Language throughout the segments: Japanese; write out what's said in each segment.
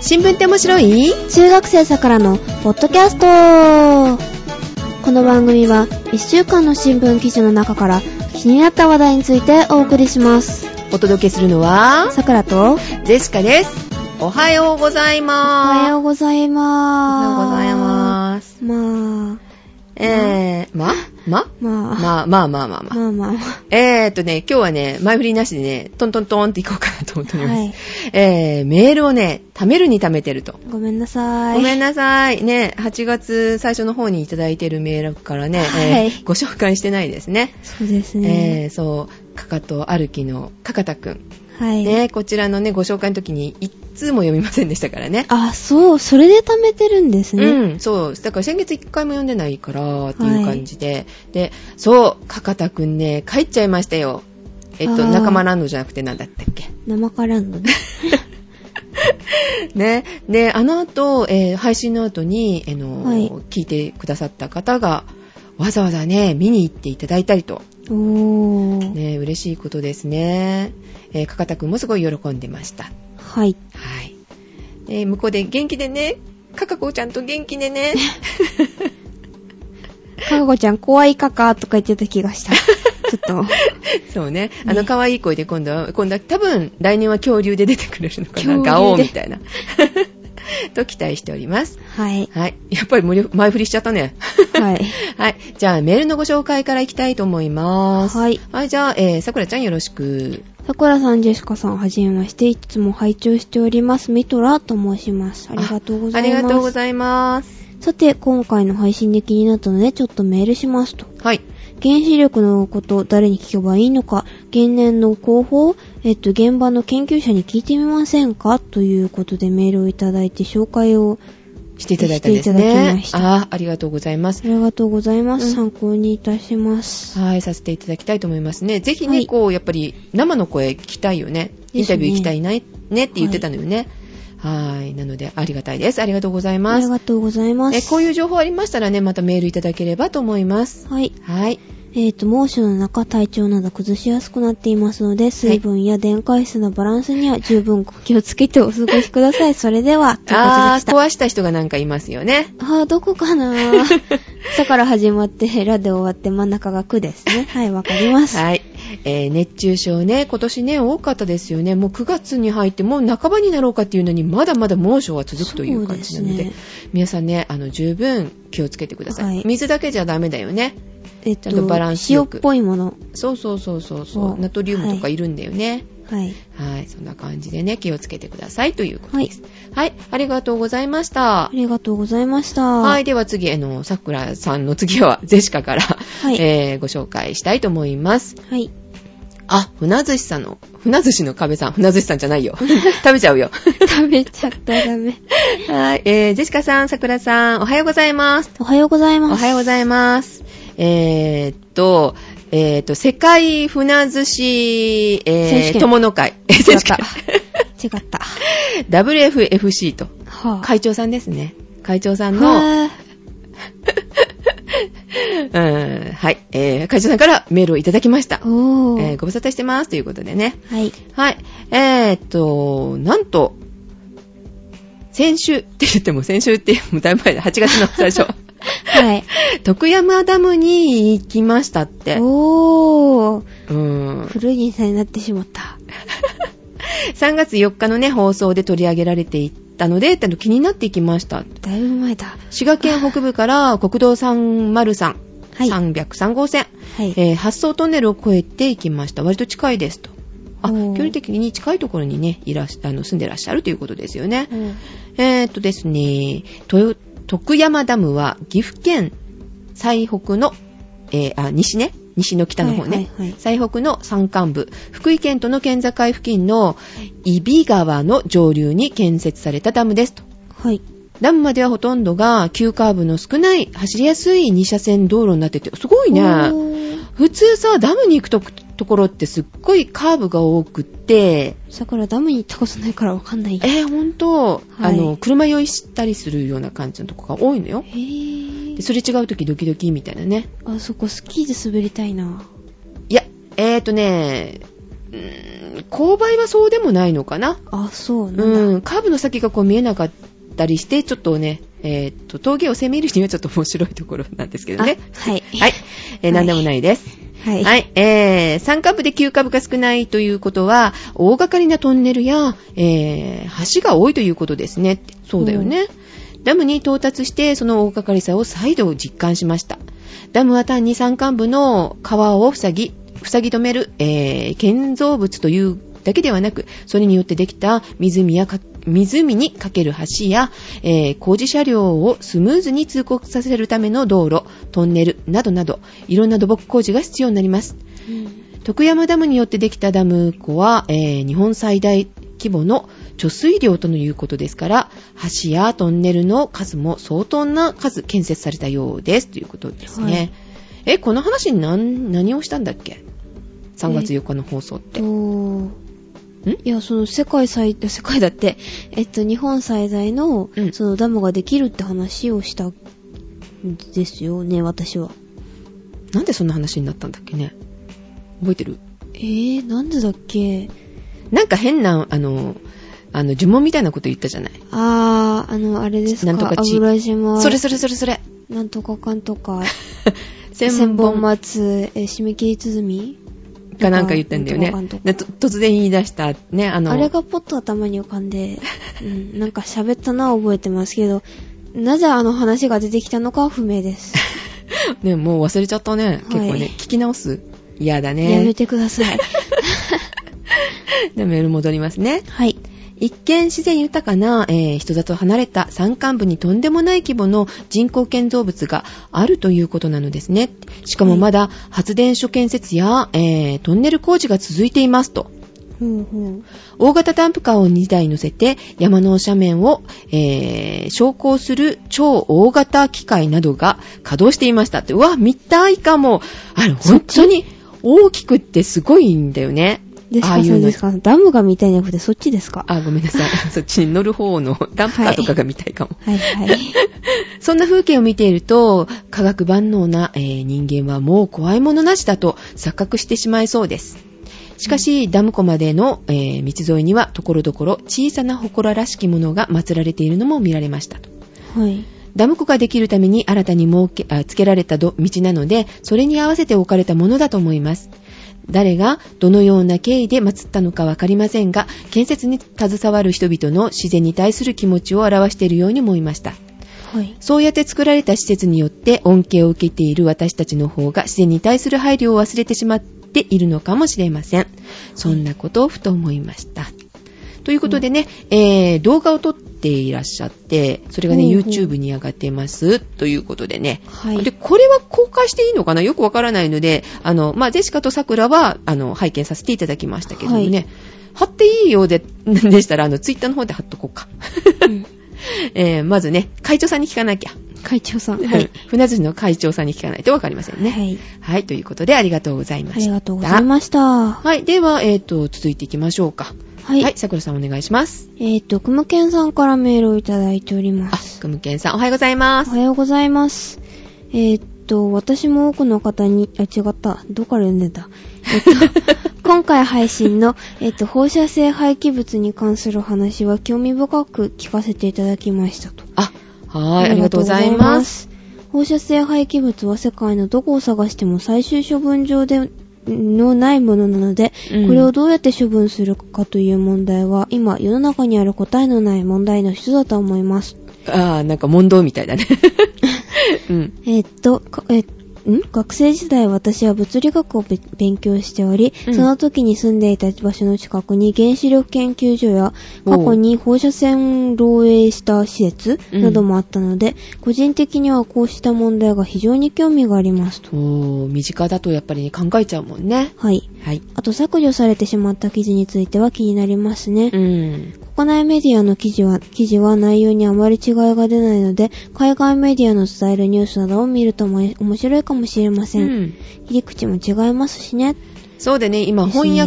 新聞って面白い中学生さくらのポッドキャストこの番組は1週間の新聞記事の中から気になった話題についてお送りしますお届けするのは、さくらとジェシカです。おはようございおます。はようございまおはよすうございます。すまあえー、まままあまあまあまあまあまあ。まあまあまえーっとね、今日はね、前振りなしでね、トントントンっていこうかなと思っております。はいえー、メールをね、貯めるに貯めてると。あごめんなさいごめんなさい。ね、8月最初の方にいただいてるメールからね、えーはいご紹介してないですね。そうですえね、ー、そう、かかと歩きのかかたくん。はい、ね、こちらのね、ご紹介の時に、一通も読みませんでしたからね。あそうそれで貯めてるんですね、うん、そう。だから先月一回も読んでないから、っていう感じで。で、そう、かかたくんね、帰っちゃいましたよ。えっあと、ー仲間ランドじゃなくてなんだったっ け。生からんの ねね。で、あの後、えー配信の後に、あの、はい聞いてくださった方が、わざわざね、見に行っていただいたりと。おー、ね、嬉しいことですね。えー、かかたくんもすごい喜んでました。はいはい。で、向こうで元気でね、かかこちゃんと元気で ね。かかこちゃん怖いかかとか言ってた気が したちょっそうね。あの、ね可愛い声で今度は、今度は多分、来年は恐竜で出てくれるのか恐な。竜でガオーみたいな。 と期待しております。とはいはい。やっぱり無理前振りしちゃったね。はいはい。じゃあ、メールのご紹介からいきたいと思います。はい。はい、じゃあ、えー、さくらちゃんよろしく。さくらさん、ジェシカさん、はじめまして。いつも拝聴しております。ミトラと申します。ありがとうございます。あありがとうございます。さて、今回の配信で気になったので、ちょっとメールしますと。はい。原子力のこと、誰に聞けばいいのか、現年の広報、えっと、現場の研究者に聞いてみませんかということでメールをいただいて紹介を、していただいたんですね。していただきましたあーありがとうございますあ。りがとうございます。うん参考にいたします。はい、させていただきたいと思いますね。ぜひね、はいこう、やっぱり生の声聞きたいよね。インタビュー行きたいないねって言ってたのよね。はい、なので、ありがたいです。ありがとうございあまりす。がとうございます。え、こういう情報ありましたらね、またメールいただければと思います。はい。はい。えー、と、猛暑の中、体調など崩しやすくなっていますので、水分や電解質のバランスには十分お気をつけてお過ごしください。それでは、というあー、ことで壊した人がなんかいますよね。した。あー、どこかな さから始まって、ラで終わって真ん中が9ですね。はい、わかります。はい。えー熱中症ね、今年ね、多かったですよね。もう9月に入って、もう半ばになろうかっていうのに、まだまだ猛暑は続くという感じなので、そうですね皆さんね、あの、十分気をつけてください。はい水だけじゃダメだよね。えっちゃんとバランスよ塩っくぽいもの。そうそうそうそうそそうう。ナトリウムとかいるんだよね。はい。はい、そんな感じでね、気をつけてくださいということです。はい、ありがとうございましあた。りがとうございました。は、。はいでは次、あの、さくらさんの次は、ゼシカから、いえー、ご紹介したいと思います。はい。あ、船寿司さんの、船寿司の壁さん、船寿司さんじゃない よ。食べちゃうよ。食べちゃったダメ。はい、えー、ゼシカさん、さくらさん、おはようございます。おはようございます。おはようございます。えーっと、えーっと、世界船寿司、選手えー、権友の 会。え違選っ手権 た。違った。 WFFC と。はぁ、会長さんですね。会長さんの、はぁ うん、はい、えー、会長さんからメールをいただきました。おー。えーご無沙汰してますということでね。はい。はい。えー、っと、なんと、先週って言っても、先週ってもうだいぶ前だ。8月の最 初。はい。徳山ダムに行きましたって。おー。うん。古い人生になってしまった。 3月4日のね、放送で取り上げられていったので、あの気になっていきました。だいぶ前だ。滋賀県北部から国道303、はい303号線、はい。えー発送トンネルを越えていきました。割と近いですと。あ、お距ー離的に近いところにね、いらっしあの、住んでらっしゃるということですよね。うんえー、っとですね、豊徳山ダムは岐阜県最北の、えーあ、西ね、西の北の方ね、はいはいはい最北の山間部、福井県との県境付近の揖斐川の上流に建設されたダムですと。はい。ダムまではほとんどが急カーブの少ない走りやすい2車線道路になってて、すごいね。おー普通さ、ダムに行くとところってすっごいカーブが多くって、桜ダムに行ったことないからわかんない。えー、ほんと、はいあの、車酔いしたりするような感じのとこが多いのよ。へぇでー。それ違う時ドキドキみたいなね。あそこスキーで滑りたいな。いや、えーとね、ーん勾配はそうでもないのかな。あ、そうなんだ。うん、カーブの先がこう見えなかったりして、ちょっとね、えーっと、峠を攻めるにはちょっと面白いところなんですけどあね。はい。はい。えー、なんでもないです。は。はいい、えー、3株で9株が少ないということは、大掛かりなトンネルや、えー、橋が多いということですね。そうだよね。ダムに到達して、その大掛かりさを再度実感しました。ダムは単に山間部の川を塞ぎ、塞ぎ止める、えー、建造物というだけではなく、それによってできた湖やか湖に架ける橋や、えー工事車両をスムーズに通行させるための道路、トンネルなどなど、いろんな土木工事が必要になります。うん徳山ダムによってできたダム湖は、えー日本最大規模の貯水量ということですから、橋やトンネルの数も相当な数建設されたようですということですね。はいえ、この話に何何をしたんだっけ ?3 月4日の放送って。と、いや、その世界最、世界だって、えっと、日本最大の、うんそのダムができるって話をしたんですよね、私は。なんでそんな話になったんだっけね覚えてるえー、なんでだっけなんか変な、あの、あの、呪文みたいなこと言ったじゃない。あー、あの、あれですなか、んとか地油島、それそれそれそれ。なんとかかんとか、千本松松、えー締め切り鼓かなんか言ったんだよねなんと。かでと突然言い出した、ね、あの、あれがポッと頭に浮かんで、 うん、なんか喋ったのは覚えてますけど、なぜあの話が出てきたのかは不明です。ね、もう忘れちゃったね。結構はねい、聞き直す。嫌だやめね。てください。 で、メール戻りますね。 はい。一見自然豊かな、えー人里離れた山間部にとんでもない規模の人工建造物があるということなのですね。しかもまだ発電所建設や、えートンネル工事が続いていますと。ほうほう。大型ダンプカーを2台乗せて山の斜面を、えー、昇降する超大型機械などが稼働していましたって。うわ、見たいかも。あれ、本当に大きくってすごいんだよね。ですあかあいそううのです。かダムが見たいんじゃなくてそっちですかあ、ごめんなさい。 そっちに乗る方のダンプカーとかが見たいかも。はい はい。そんな風景を見ていると、科学万能な、えー人間はもう怖いものなしだと錯覚してしまいそうです。しかし、ダム湖までの、えー道沿いには、ところどころ小さな祠らしきものが祀られているのも見られましたと。はい。ダム湖ができるために新たに設け、あつけられたど道なので、それに合わせて置かれたものだと思います。誰がどのような経緯で祀ったのかわかりませんが、建設に携わる人々の自然に対する気持ちを表しているように思いました。はい。そうやって作られた施設によって恩恵を受けている私たちの方が自然に対する配慮を忘れてしまっているのかもしれません。そんなことをふと思いました。ということでね、えー動画を撮っていらっしゃって、それがね、ほうほう YouTube に上がってます。ということでね。はいで、これは公開していいのかなよくわからないので、あの、まあ、ジェシカとさくらは、あの、拝見させていただきましたけどもね、はい貼っていいようで、 でしたら、あの、ツイッターの方で貼っとこうか。うん えーまずね、会長さんに聞かなきゃ。会長さん。はい。船寿司の会長さんに聞かないとわかりませんね。ははい。い。ということで、ありがとうございましあた。りがとうございました。ははい。では、えっ、と、続いていきましょうか。はい。い。さくらさんお願いします。えっと、くむけんさんからメールをいただいておりまあす。、くむけんさん、おはようございまおす。はようございます。えーっと、私も多くの方に、あ、違った。どこから読んでた。えっと、今回配信の、えっと、放射性廃棄物に関する話は興味深く聞かせていただきましたと。あ、はい。ありがとうございます。す。放射性廃棄物は世界のどこを探しても最終処分場でのないものなので、うんこれをどうやって処分するかという問題は今世の中にある答えのない問題の一つだと思います。あー、なんか問答みたいだ ね。うん。えっと、かえん学生時代私は物理学をべ勉強しており、うんその時に住んでいた場所の近くに原子力研究所や過去に放射線漏洩した施設などもあったので、個人的にはこうした問題が非常に興味がありますと。おー、身近だとやっぱりね、考えちゃうもんね。はい。はい。あと削除されてしまった記事については気になりますね。うん。国内メディアの記事は、記事は内容にあまり違いが出ないので、海外メディアの伝えるニュースなどを見るとも面白いかもしれません。うん切り口も違いますしね。そうでね、今、です翻ね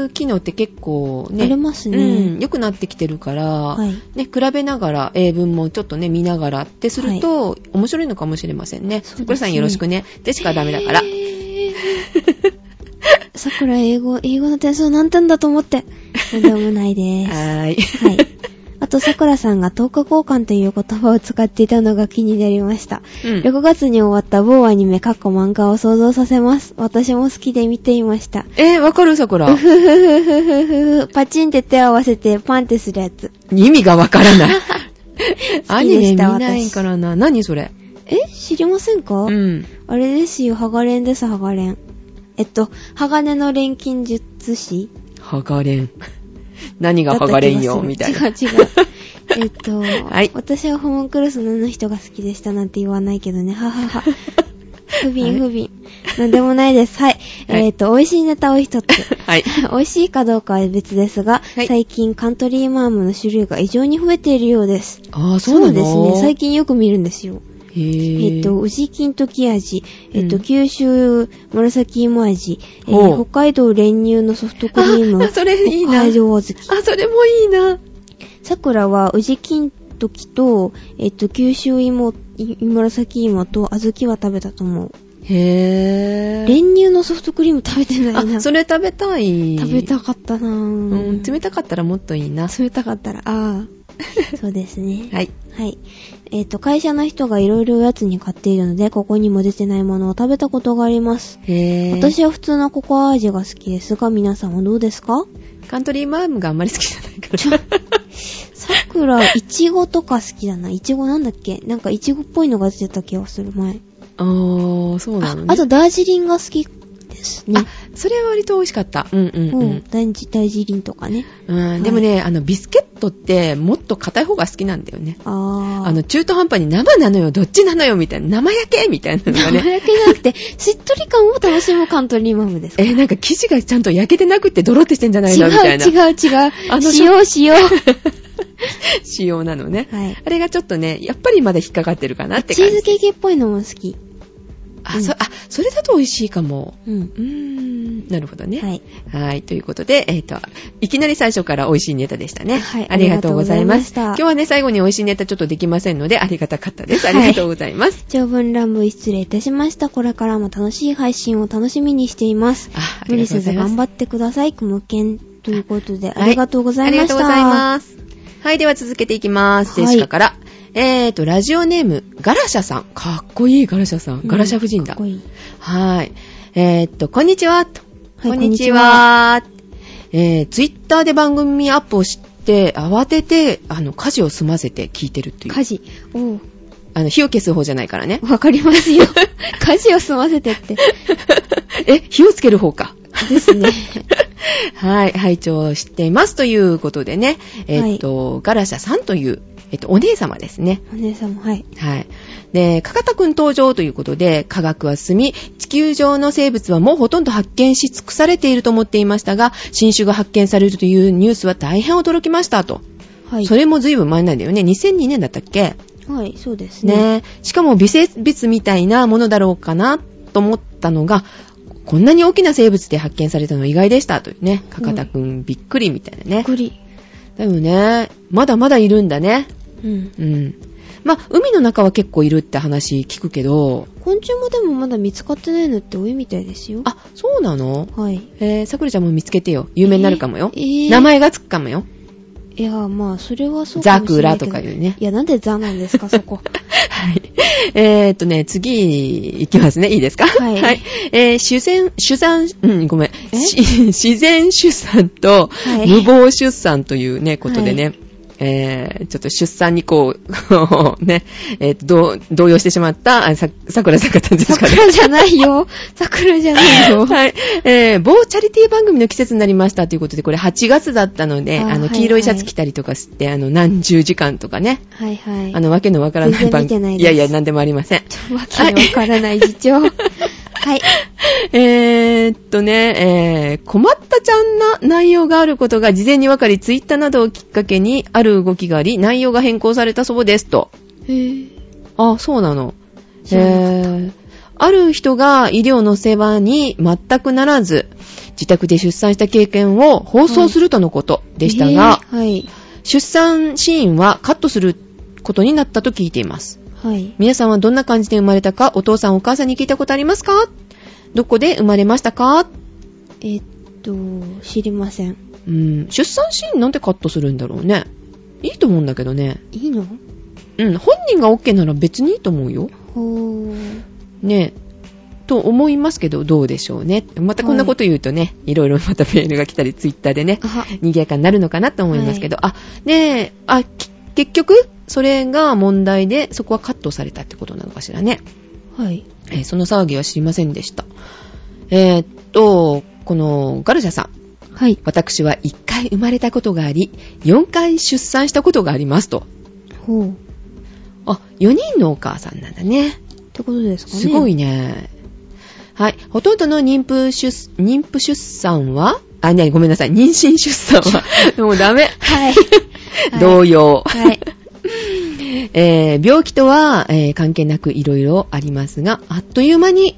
訳機能って結構ね、ありますねうん、良くなってきてるから、はい。ね、比べながら、英文もちょっとね、見ながらってすると、面白いのかもしれませんね。そうですさねくらさんよろしくね。ジェシカはダメだから。えー桜英語、英語の点数を何点だと 思って、でもないです。はーい。はい。あと、桜さんが等価交換という言葉を使っていたのが気になりました。 うん6月に終わった某アニメ、かっこ漫画を想像させます。私も好きで見ていました。えー、わかるさくらう。ふふふふふふふ、パチンって手を合わせてパンってするやつ。意味がわから ない。ア好きニでメし見たないからな。何それ。え知りませんか、うん。あれですよ、ハガレンです、ハガレン。えっと、鋼の錬金術師ハガレン。 何だがったハガ気がすレるンよ、みたいな。違う違う。えっと、 はい私はホモンクロスの人が好きでしたなんて言わないけどね。は はは。不憫不憫。なんでもないです。はい。はいえっと、美味しいネタを一つ。はい。 美味しいかどうかは別ですが、はい最近カントリーマームの種類が異常に増えているようです。ああ、そうなのですね。最近よく見るんですよ。へーえっと、ウジキントキアジ、えっと、うん九州紫芋味、えーほう北海道練乳のソフトクリーム、あ それいいな北海道小豆。あ、それもいいな。桜はウジキントキと、えっと、九州芋、い紫芋と小豆は食べたと思う。へぇー。練乳のソフトクリーム食べてないな。あ、それ食べたい。食べたかったなぁうん、冷たかったらもっといいな。冷たかったら、ああ。そうですね。はい。はい。えっ、と、会社の人がいろいろおやつに買っているので、ここにも出てないものを食べたことがあります。へぇー。私は普通のココア味が好きですが、皆さんはどうですかカントリーマームがあんまり好きじゃないから。桜、いちごとか好きだな。いちごなんだっけなんかいちごっぽいのが出てた気がする前。 あー、そうなあのね。あと、ダージリンが好きですねあ。、それは割と美味しかった。うんうんううんん。ダージダージリンとかね。うんいでもね、あの、ビスケットって、もっと硬い方が好きなんだよね。あー。あの、中途半端に生なのよ、どっちなのよ、みたいな、生焼けみたいなのが生ね。焼けじゃなくて、しっとり感を楽しむカントリーマムですかえー、なんか生地がちゃんと焼けてなくって、ドロってしてんじゃない違うのみたいな。違う違う。あのしようしよ う。仕様なのね。はい。あれがちょっとね、やっぱりまだ引っかかってるかなってチ感ーじ。ズケーキっぽいのも好き。うあ、んそ、あ、それだと美味しいかも。うん。うーん、なるほどね。はい。はい。ということで、えっ、と、いきなり最初から美味しいネタでしたね。はいありがとうございます。ありがとうございました今日はね、最後に美味しいネタちょっとできませんので、ありがたかったです。はあいりがとうございます。長文乱文失礼いたしました。これからも楽しい配信を楽しみにしています。あ、あ無り理がとうごせざずいます。頑張ってください。くむけん。ということで、はいありがとうございました。ありがとうございます。はい、では続けていきます。はいジェシカから。えーと、ラジオネーム、ガラシャさん。かっこいいガラシャさん。ガラシャ夫人だ。うんかっこいいはい。えーっと、こんにちは。とはいこんにちは。えー、ツイッターで番組アップをして、慌てて、あの、家事を済ませて聞いてるっていう家。事。おう。あの、火を消す方じゃないからね わかりますよ。家事を済ませてって。え、火をつける方か。ですね。 はい、拝聴しています。ということでね、えーっと、ガラシャさんという、えっと、お姉様ですね。お姉さんも、はい。はい。で、かかたくん登場ということで、科学は進み、地球上の生物はもうほとんど発見し尽くされていると思っていましたが、新種が発見されるというニュースは大変驚きましたと。はい。それも随分前なんだよね。2002年だったっけはい、そうですね。ねしかも微生物みたいなものだろうかなと思ったのが、こんなに大きな生物で発見されたのは意外でしたというね。かかたくんびっくりみたいなゆっね。くり。だよね。まだまだいるんだね。うん。うん。まあ、海の中は結構いるって話聞くけど、昆虫もでもまだ見つかってないのって多いみたいですよ。あ、そうなのはい。えー、さくらちゃんも見つけてよ。有名になるかもよ。えーえー名前がつくかもよ。いや、まあ、それはそうかもしれないけどザクラとかいうねいや、なんでザなんで すか、そこ。はい。えー、っとね、次、いきますね。いいですかはいえー、主戦、主産、うん、ごめえん。し自然出産とはい、無謀出産というね、ことでね。えー、ちょっと出産にこう、こう ね、えーっと、動動揺してしまった、あさ、さくらさんかたんですかね。桜じゃないよ。桜じゃ ないよ。はい。えー、某チャリティー番組の季節になりましたということで、これ8月だったので、あーあはいの、黄色いシャツ着たりとかして、あの、何十時間とかね、はいはい。あの、わけのわからない番全然見てない組。ですいやいや、なんでもありません。 ちょ、わけのわからない事情。 はい。えーっとね、えー、困ったちゃんな内容があることが事前にわかり、ツイッターなどをきっかけにある動きがあり、内容が変更されたそうですと。へぇ。あ、そうなの。知らなかえーある人が医療の世話に全くならず、自宅で出産した経験を放送するとのことでしたが、えーはい。出産シーンはカットすることになったと聞いています。はい。皆さんはどんな感じで生まれたか、お父さんお母さんに聞いたことありますかどこで生まれましたかえっと、知りません。うん、出産シーンなんてカットするんだろうね。いいと思うんだけどね。いいのうん、本人が OK なら別にいいと思うよ。ほー。ねと思いますけど、どうでしょうね。またこんなこと言うとね、い、ろいろまたメールが来たり、ツイッターでね、あは、賑やかになるのかなと思いますけど、あ、ねえ、あ、き結局、それが問題で、そこはカットされたってことなのかしらね。はい。えーその騒ぎは知りませんでした。えーっと、このガルシャさん。はい。私は1回生まれたことがあり、4回出産したことがありますと。ほう。っあ、4人のお母さんなんだね。てことですかね。すごい。ね。はい。ほとんどの妊婦出、妊婦出産はあ、ね、ごめんなさい。妊娠出産は、もうダメ。 はい。 同様。はい。えー病気とは、えー関係なくいろいろありますが、あっという間に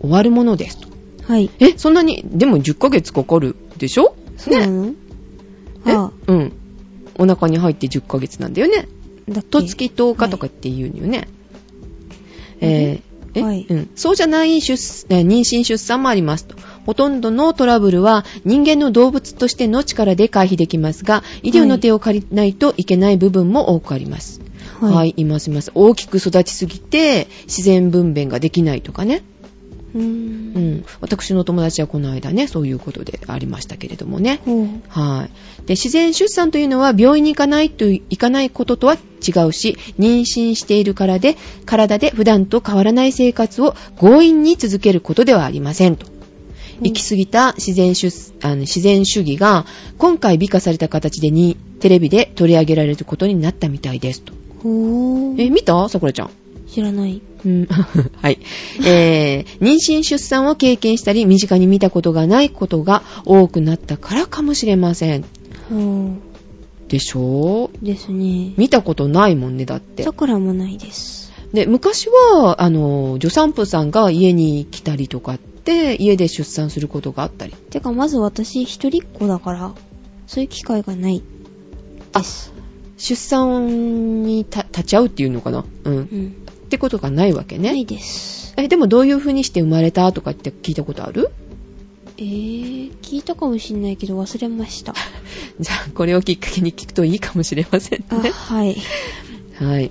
終わるものですと。はい。え、そんなに、でも10ヶ月かかるでしょそうなの、えあうん。お腹に入って10ヶ月なんだよね。だっけと月10日とかって言うのよね。えーえはいうん、そうじゃない出すえー妊娠出産もありますと。ほとんどのトラブルは人間の動物としての力で回避できますが、医療の手を借りないといけない部分も多くあります。は、はいい。い、ますいます。大きく育ちすぎて自然分娩ができないとかね。うー。うんん、私の友達はこの間ね、そういうことでありましたけれどもね。ほう。はい。で、自然出産というのは病院に行かないとい、行かないこととは違うし、妊娠しているからで、体で普段と変わらない生活を強引に続けることではありませんと。うん行き過ぎた自然出あの自然主義が、今回美化された形でに、テレビで取り上げられることになったみたいですと。ほー。え、見たさくらちゃん。知らない。うん、 はい。えー、妊娠出産を経験したり、身近に見たことがないことが多くなったからかもしれません。ほー。でしょうですね。見たことないもんね、だってさ。くらもないです。で、昔は、あの、助産婦さんが家に来たりとかって、家で出産することがあったり。てか、まず私一人っ子だから、そういう機会がない。あ、出産にた立ち会うっていうのかなうんう。ん。ってことがないわけなね。いです。え、でもどういう風にして生まれたとかって聞いたことある えー、聞いたかもしんないけど忘れました。じゃあ、これをきっかけに聞くといいかもしれませんあ、ね。はい。はい。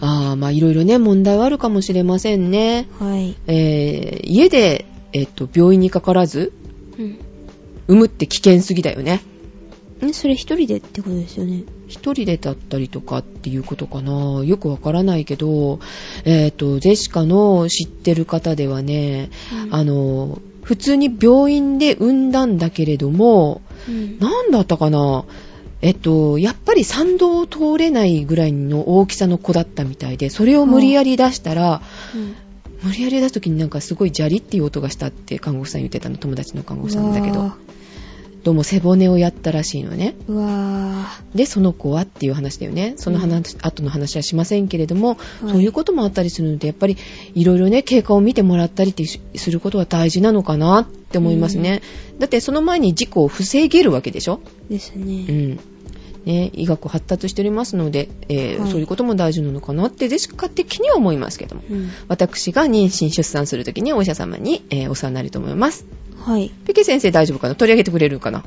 ああ、まあいろいろね、問題はあるかもしれませんね。はい。えー、家で、えっと、病院にかからず、うん。産むって危険すぎだよね。え、それ一人でってことですよね。一人でだったりとかっていうことかなよくわからないけど、えっ、と、ジェシカの知ってる方ではね、あの、普通に病院で産んだんだけれども、うん、なんだったかなえっと、やっぱり産道を通れないぐらいの大きさの子だったみたいで、それを無理やり出したら、無理やり出すときになんかすごい砂利っていう音がしたって看護婦さん言ってたの、友達の看護婦さんだけど、どうも背骨をやったらしいのね。うわぁ。で、その子はっていう話だよね。その話、後の話はしませんけれども、はいそういうこともあったりするので、やっぱりいろいろね、経過を見てもらったりってしすることは大事なのかなって思いますね。だってその前に事故を防げるわけでしょですうね。ん。ね、医学発達しておりますので、えーはいそういうことも大事なのかなって、ジェシカ的には思いますけども。うん。私が妊娠出産するときにお医者様に、えーお世話になると思います。はい。ペケ先生大丈夫かな取り上げてくれるかな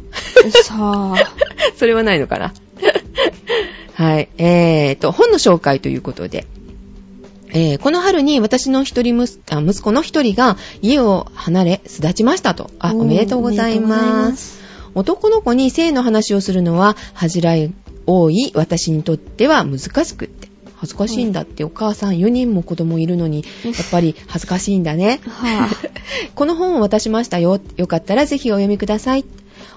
さぁ。それはないのかな はい。えーと、本の紹介ということで。えーこの春に私の一人息あ息子の一人が家を離れ巣立ちましたと。 あ、おめでとうございます。す。男の子に性の話をするのは恥じらい多い私にとっては難しくって恥ずかしいんだって、お母さん4人も子供いるのにやっぱり恥ずかしいんだねは この本を渡しましたよよかったらぜひお読みください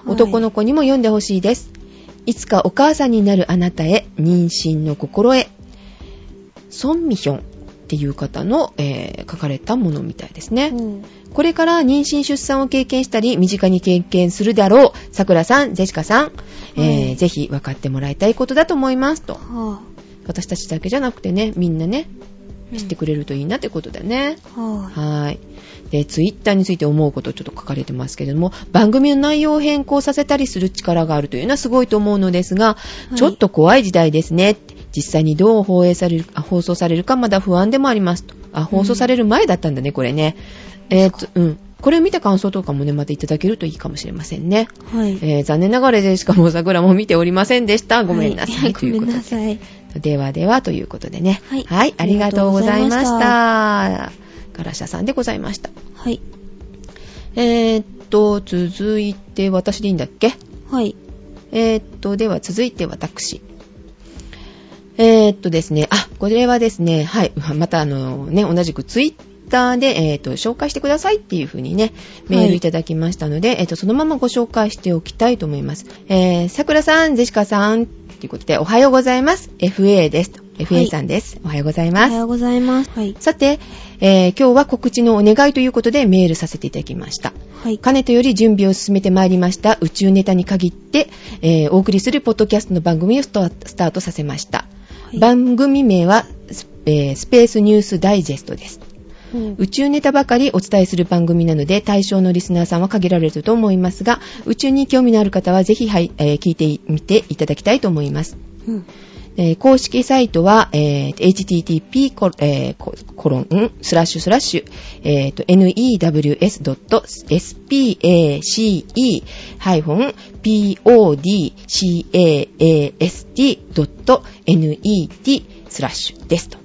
はい男の子にも読んでほしいです、い、つかお母さんになるあなたへ妊娠の心へソンミヒョンっていう方の、えー書かれたものみたいですね、ぁ。うんこれから妊娠出産を経験したり、身近に経験するであろう、さくらさん、ジェシカさん、えーうんぜひ分かってもらいたいことだと思いますと。は私たちだけじゃなくてね、みんなね、ぁ。知ってくれるといいなってことだね。うん。はぁ。はーい。で、ツイッターについて思うことをちょっと書かれてますけれども、番組の内容を変更させたりする力があるというのはすごいと思うのですが、いちょっと怖い時代ですね。実際にどう放映されるあ放送されるかまだ不安でもありますと。あ、放送される前だったんだね、これね。えーっと、うん。これを見た感想とかもね、またいただけるといいかもしれませんね。はい。えー残念ながらでしかも桜も見ておりませんでした。ごめんなさ。はいいとごいうめこんとなで。さい。ではではということでね。ははいい。ありがとうございましあた。ガラシャさんでございました。はい。えーっと、続いて私でいいんだっけはい。えーっと、では続いて私。えーっとですね、あ、これはですね、はい、 またあのね、同じくツイッターで、えーっと、紹介してくださいっていうふうにね、メールいただきましたので、えーっと、そのままご紹介しておきたいと思います。えー、さくらさん、ジェシカさん、ということで、おはようございます。FA です。FA さんです。おはようございおまはす。ようございます。はい。さて、えー今日は告知のお願いということでメールさせていただきました。はい。かねとより準備を進めてまいりました宇宙ネタに限って、えーお送りするポッドキャストの番組をストスタートさせました、はい番組名はス,えー、スペースニュースダイジェストですうん宇宙ネタばかりお伝えする番組なので対象のリスナーさんは限られると思いますが宇宙に興味のある方はぜひ、はいえー聞いてみていただきたいと思いますうん。えー公式サイトは、えー http コロ、えーココロンスラッシュスラッシュ、えーと news.space-podcast.net スラッシュですと。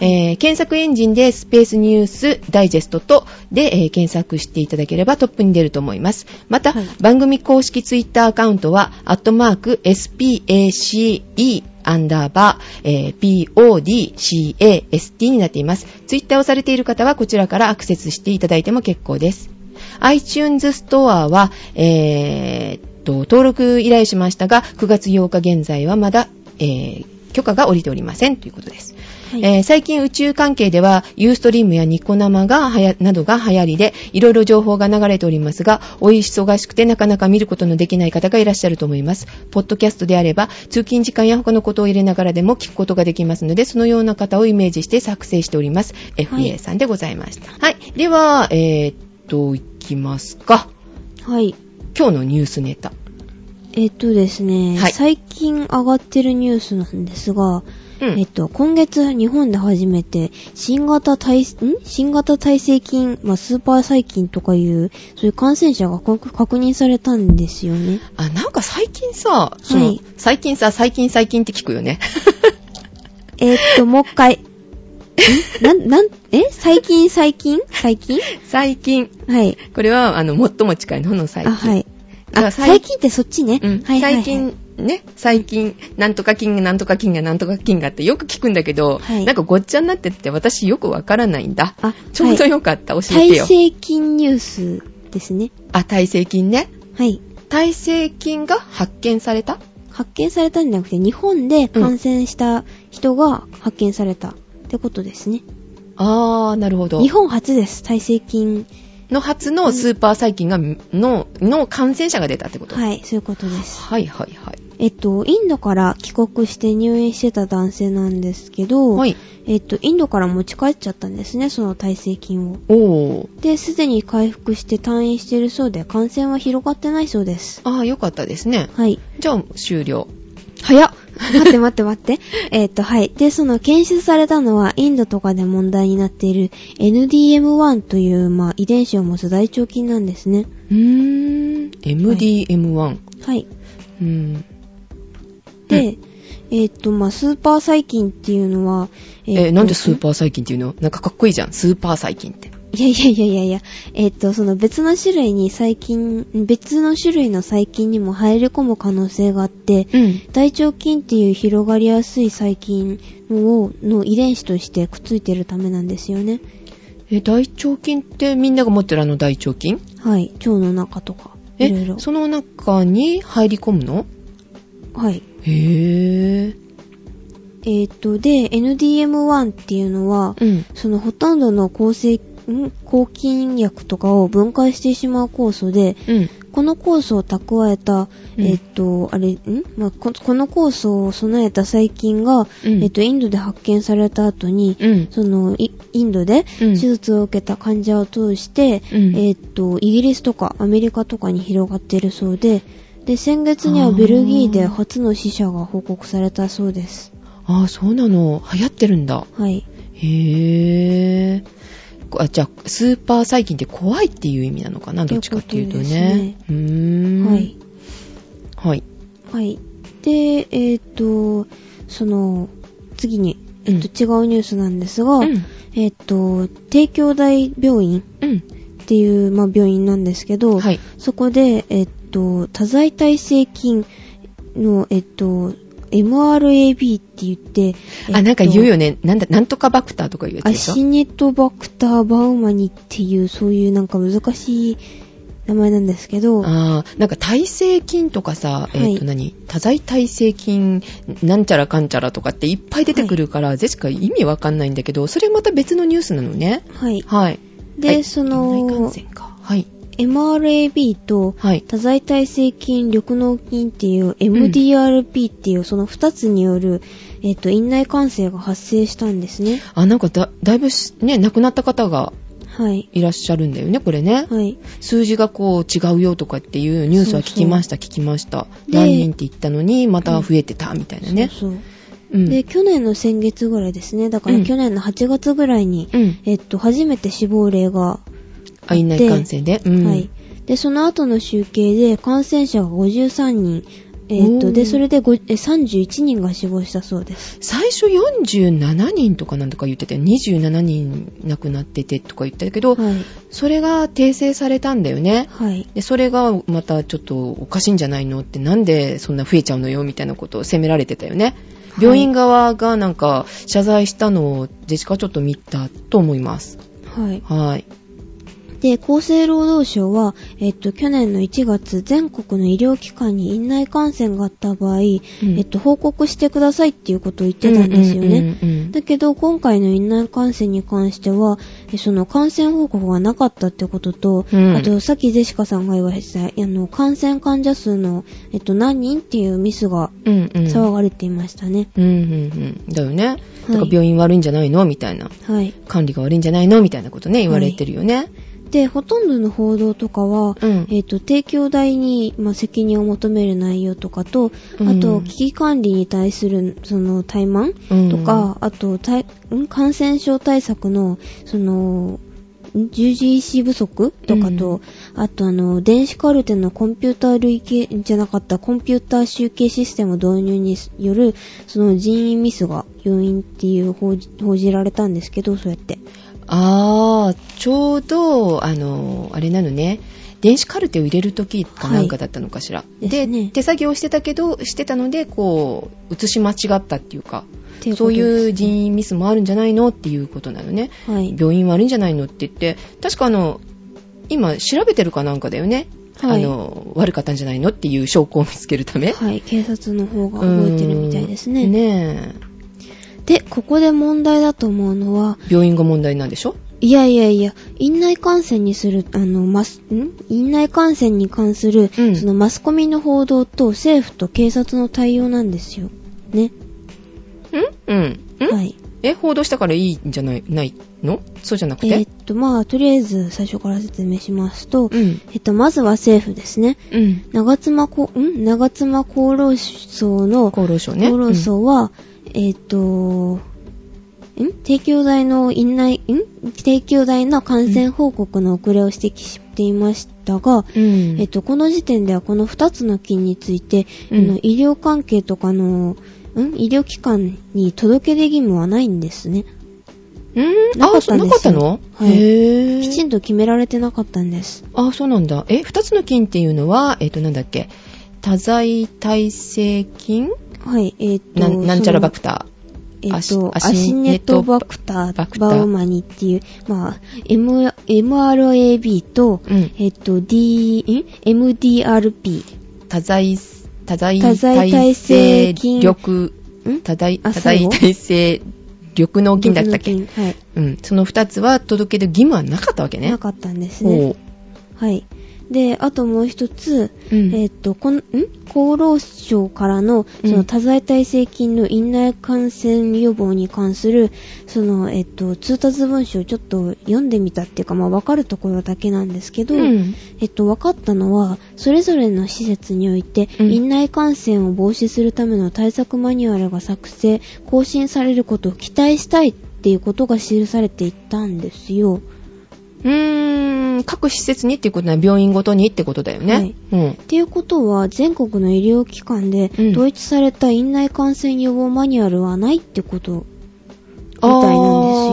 えー検索エンジンでスペースニュースダイジェストとで、えー検索していただければトップに出ると思います。また、はい番組公式ツイッターアカウントは、アットマーク、space、アンダーバー、えー podcast になっています。ツイッターをされている方はこちらからアクセスしていただいても結構です。iTunes ストアは、えーっと、登録依頼しましたが、9月8日現在はまだ、えー許可が下りておりませんということです。はい。えー最近宇宙関係では、ユーストリームやニコ生がはや、などが流行りで、いろいろ情報が流れておりますが、お忙しくてなかなか見ることのできない方がいらっしゃると思います。ポッドキャストであれば、通勤時間や他のことを入れながらでも聞くことができますので、そのような方をイメージして作成しております。FA さんでございました。はい。では、えーっと、いきますか。はい。今日のニュースネタ。えっとですね、はい最近上がってるニュースなんですが、うん えっと、今月日本で初めて、新型体、ん新型耐性菌、まあ、スーパー細菌とかいう、そういう感染者が確確認されたんですよね。あ、なんか最近さ、その、はい最近さ、最近最近って聞くよね。えっと、もう一回。んなん、なん、え最近最近最近 最近。はい。これは、あの、最も近いのの最あ、近。はい。じゃああ、最近ってそっちね。うん。はいはいは最い。近、ね、最近、なんとか金が、なんとか金が、なんとか金がってよく聞くんだけど、はいなんかごっちゃになってて私よくわからないんだ。あ、ちょうどはいよかった、教えて耐よ。性菌ニュースですね。あ、耐性菌ね。はい。耐性菌が発見された発見されたんじゃなくて、日本で感染した人が発見されたってことですね。あー、なるほど。日本初です、耐性菌。の初のスーパー細菌が、の、の感染者が出たってこと。い。はい、そういうことです。はいはいはい。えっと、インドから帰国して入院してた男性なんですけど、はい。えっと、インドから持ち帰っちゃったんですね、その耐性菌を。おー。で、すでに回復して退院してるそうで、感染は広がってないそうです。あー、よかったですね。はい。じゃあ、終了。早っ。待って待って 待って。えっと、はい。で、その検出されたのは、インドとかで問題になっている NDM1 という、まあ、遺伝子を持つ大腸菌なんですね。うーん、MDM1。はい。うん。で、えっと、まあ、スーパー細菌っていうのは、えーなんでスーパー細菌っていうのなんかかっこいいじゃん、スーパー細菌って。いやいやいやいやいや、えっ、と、その別の種類に細菌、別の種類の細菌にも入り込む可能性があって、うん。大腸菌っていう広がりやすい細菌を、の遺伝子としてくっついてるためなんですよね。え、大腸菌ってみんなが持ってるあの大腸菌はい。腸の中とか、いろいえろ、。その中に入り込むのはい。へぇー。えっ、と、で、NDM1 っていうのは、うん。そのほとんどの抗生、ん抗菌薬とかを分解してしまう酵素で、うん。この酵素を蓄えた、うんえっと、あれ、ん、まあ、ここの酵素を備えた細菌が、うんえっと、インドで発見された後に、うん。その、いインドでうん手術を受けた患者を通して、うんえっと、イギリスとかアメリカとかに広がっているそうで、で、先月にはベルギーで初の死者が報告されたそうです。ああ、そうなの。流行ってるんだ。はい。へぇー。こあじゃあ、スーパー細菌って怖いっていう意味なのかな、どっちかっていうとね。うーん。はい。。はい。はい。で、えっ、と、その、次に、えっ、と、違うニュースなんですが、うん。えっ、と、帝京大病院うん。っていう、まあ、病院なんですけど、はい。そこで、えっ、と、多剤耐性菌の、えっ、と、MRAB って言って、えっとあ、なんか言うよね。なんだ、なんとかバクターとかいうやつアでしょシネトバクターバウマニっていう、そういうなんか難しい名前なんですけど、あーなんか耐性菌とかさ、はいえっ、と何多剤耐性菌なんちゃらかんちゃらとかっていっぱい出てくるから、ゼシカ意味わかんないんだけどそれまた別のニュースなのねはい。はいで、はいそ院内の感、染かはい MRAB とはい多剤耐性菌、緑脳菌っていう MDRP っていうその2つによる、えっと、院内感染が発生したんですね。あなんかだだいぶしね亡くなった方がはい。いらっしゃるんだよねこれね、はい。数字がこう違うよとかっていうニュースは聞きました聞きましたで何人って言ったのにまた増えてたみたいなねそうそう。うんで、去年の先月ぐらいですね。だかうらん去年の8月ぐらいに、うんえっと、初めて死亡例が、あ院内感染でうんはい。で、その後の集計で感染者が53人。えっおと、ーで、それでごえ31人が死亡したそうです。最初47人とかなんとか言ってて27人亡くなっててとか言ったけど、はい。それが訂正されたんだよねはい。でそれがまたちょっとおかしいんじゃないのってなんでそんな増えちゃうのよみたいなことを責められてたよねはい病院側がなんか謝罪したのをジェシカはちょっと見たと思いますはい。はいで、厚生労働省は、えっと、去年の1月、全国の医療機関に院内感染があった場合、うんえっと、報告してくださいっていうことを言ってたんですよね。うんうんうんだけど、今回の院内感染に関しては、えその感染報告がなかったってことと、うんあと、さっきジェシカさんが言われてた、あの、感染患者数の、えっと、何人っていうミスがうんうん騒がれていましたね。うんうんうんだよね、だからはい病院悪いんじゃないのみたいなはい。管理が悪いんじゃないのみたいなことね言われてるよね、で、ほとんどの報道とかは、うんえっ、と、提供代に、まあ、責任を求める内容とかと、うんあと、危機管理に対する、その、怠慢うんとか、あと、対ん感染症対策の、その、ん従事医師不足とかと、あと、あの、電子カルテのコンピューター類型じゃなかった、コンピューター集計システム導入による、その人員ミスが要因っていう報じ報じられたんですけど、そうやって。ああ、ちょうど、あの、あれなのね。電子カルテを入れる時かなんかだったのかしら。いですね手作業してたけど、してたので、こう、写し間違ったっていうか、っていうこそとうですいう人員ミスもあるんじゃないのっていうことなのね。はい。病院悪いんじゃないのって言って、確かあの、今調べてるかなんかだよね。はいあの、悪かったんじゃないのっていう証拠を見つけるため。はい、警察の方が動いてるみたいですね。うんねえ。で、ここで問題だと思うのは、病院が問題なんでしょいやいやいや、院内感染にする、あの、マス、ん院内感染に関する、うんそのマスコミの報道と政府と警察の対応なんですよ。ね。んうん。んはい。え、報道したからいいんじゃない、ないのそうじゃなくて、えーっと、まあ、とりあえず最初から説明しますと、うん。えっと、まずは政府ですね。うん。長妻こ、ん長妻厚労省の、厚労省ね。厚労省は、えっ、と、ん帝京大の院内、ん帝京大の感染報告の遅れを指摘していましたが、うん。うん。えっと、この時点ではこの2つの菌について、うんあの医療関係とかの、ん医療機関に届け出義務はないんですね。うん。なかあ、ったそんうですよなかったのはいへぇきちんと決められてなかったんです。あ、そうなんだ。え、二つの菌っていうのは、えっ、と、なんだっけ。多剤耐性菌はい、えっ、なと、んなんちゃらバクタタえっ、と、アアシシネトバクタバクー、ターバウマニっていう、まあ、M、MRAB と、ー。うん。えっと、D、ん ?MDRP。多剤、多剤多剤耐性菌緑、ん多剤、多あ最剤後耐性緑の菌だったっけ毒の菌はい。うん。その二つは届ける義務はなかったわけね。なかったんですね。ほはい。で、あともう一つ、う。うん。えっと、この、ん厚労省からの、そうんの多剤耐性菌の院内感染予防に関する、その、えっと、通達文書をちょっと読んでみたっていうか、まあ、わかるところだけなんですけど、うんえっと、分かったのは、それぞれの施設において、うん院内感染を防止するための対策マニュアルが作成、更新されることを期待したいっていうことが記されていたんですよ。うーん、各施設にっていうことは病院ごとにってことだよね。はいうん。っていうことは、全国の医療機関でうん統一された院内感染予防マニュアルはないってことあーみたいなんです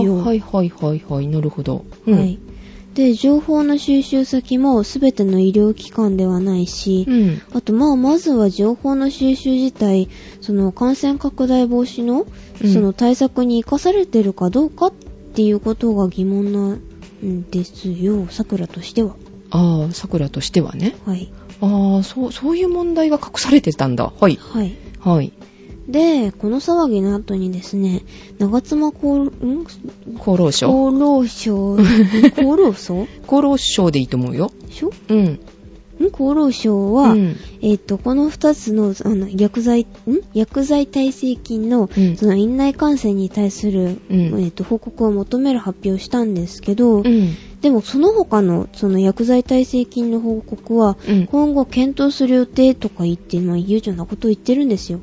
よ。はいはいはいはい、なるほど。うん。はい。で、情報の収集先も全ての医療機関ではないし、うん。あと、まあ、まずは情報の収集自体、その感染拡大防止の、うんその対策に生かされてるかどうかっていうことが疑問なんですよ、桜としては。ああ、桜としてはね。はい。ああ、そう、そういう問題が隠されてたんだ。はい。はい。はい。で、この騒ぎの後にですね、長妻厚、ん厚労省。厚 労省、厚労省厚労省でいいと思うよ。しょうん。ん厚労省は、うんえっ、と、この二つの、あの、薬剤、ん薬剤耐性菌の、うんその院内感染に対する、うんえっ、と、報告を求める発表をしたんですけど、うん。でもその他の、その薬剤耐性菌の報告は、うん今後検討する予定とか言って、まあ、悠長なことを言ってるんですよ。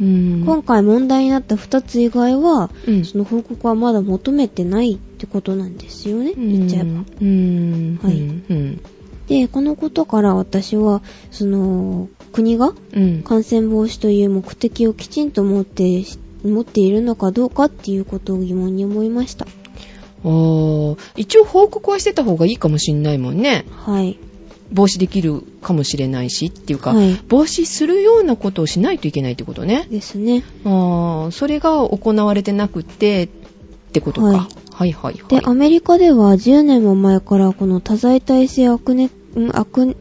うん。今回問題になった二つ以外は、うんその報告はまだ求めてないってことなんですよね、言っちゃえば。うん。はいうんうん。で、このことから私は、その、国がうん。感染防止という目的をきちんと持ってし、持っているのかどうかっていうことを疑問に思いました。あー一応報告はしてた方がいいかもしんないもんね。はい。防止できるかもしれないしっていうか、はい防止するようなことをしないといけないってことね。ですね。あーそれが行われてなくてってことか。はいはい、はいはいで、アメリカでは10年も前からこの多剤耐性アクネ、んアク、ん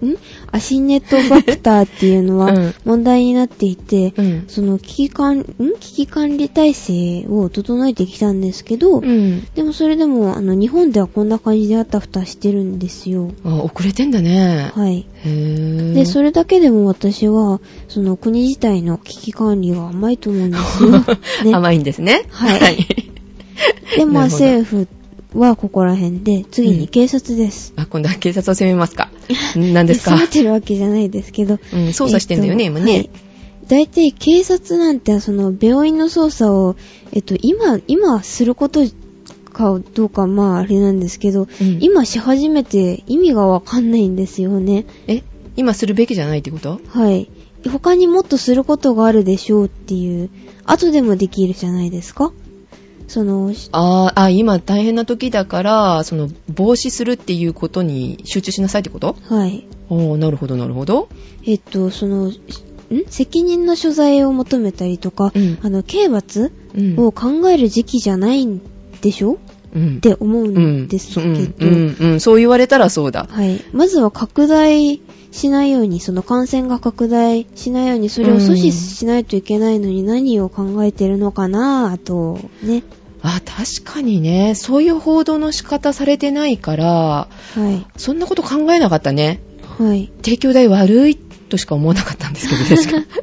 アシネトバクターっていうのうはん問題になっていて、うん。その危機管、ん危機管理体制を整えてきたんですけど、うん。でもそれでも、あの、日本ではこんな感じであったふたしてるんですよ。あー遅れてんだね。はい。へー で、それだけでも私は、その国自体の危機管理が甘いと思う んですよ。ね、甘いんですね。はいはい。で、まなあるほど政府はここら辺で、次に警察です。あ、今度は警察を責めますか。何ですか責。めてるわけじゃないですけど。うん捜査してんだよねえっと今ねはい大体警察なんて、その病院の捜査を、えっと、今、今することかどうか、まああれなんですけど、うん今し始めて意味がわかんないんですよね。え、今するべきじゃないってことはい。他にもっとすることがあるでしょうっていう、後でもできるじゃないですかその、しあーあ、今大変な時だから、その、防止するっていうことに集中しなさいってことはい。おー、なるほど、なるほど。えっと、その、しん責任の所在を求めたりとか、うんあの、刑罰うん。を考える時期じゃないんでしょ、うんって思ううんんですけうど、ん、うん、うん、そう言われたらそうだ。はい。まずは拡大しないように、その感染が拡大しないように、それを阻止しないといけないのに何を考えてるのかなぁと、ね。あ、確かにね、そういう報道の仕方されてないから、はい。そんなこと考えなかったね。はい。帝京大悪いとしか思わなかったんですけど、確かに。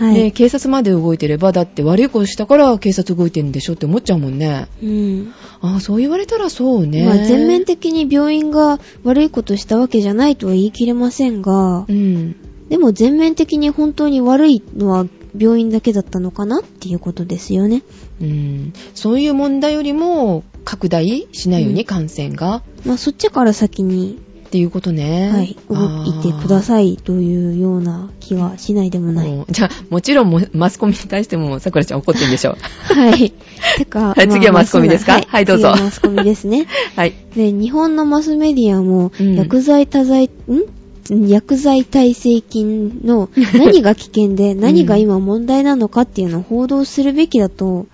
はい。ね警察まで動いてれば、だって悪いことしたから警察動いてるんでしょって思っちゃうもんね。うん。ああ、そう言われたらそうね。まあ全面的に病院が悪いことしたわけじゃないとは言い切れませんが、うん。でも全面的に本当に悪いのは病院だけだったのかなっていうことですよね。うん。そういう問題よりも、拡大しないよううにん感染が、まあそっちから先に、っていうことね。はい、動いてくだい。さいというような気はしないでもない。うんじゃあ、もちろんもマスコミに対しても、さくらちゃん怒ってるんでし ょう。 はい。てか、はい次はマスコミまあですかそうだはいどうぞ次はマスコミですね。はい。で、日本のマスメディアも、うん薬剤多剤、ん薬剤耐性菌 の何が危険で何が今問題なのかっていうのを報道するべきだと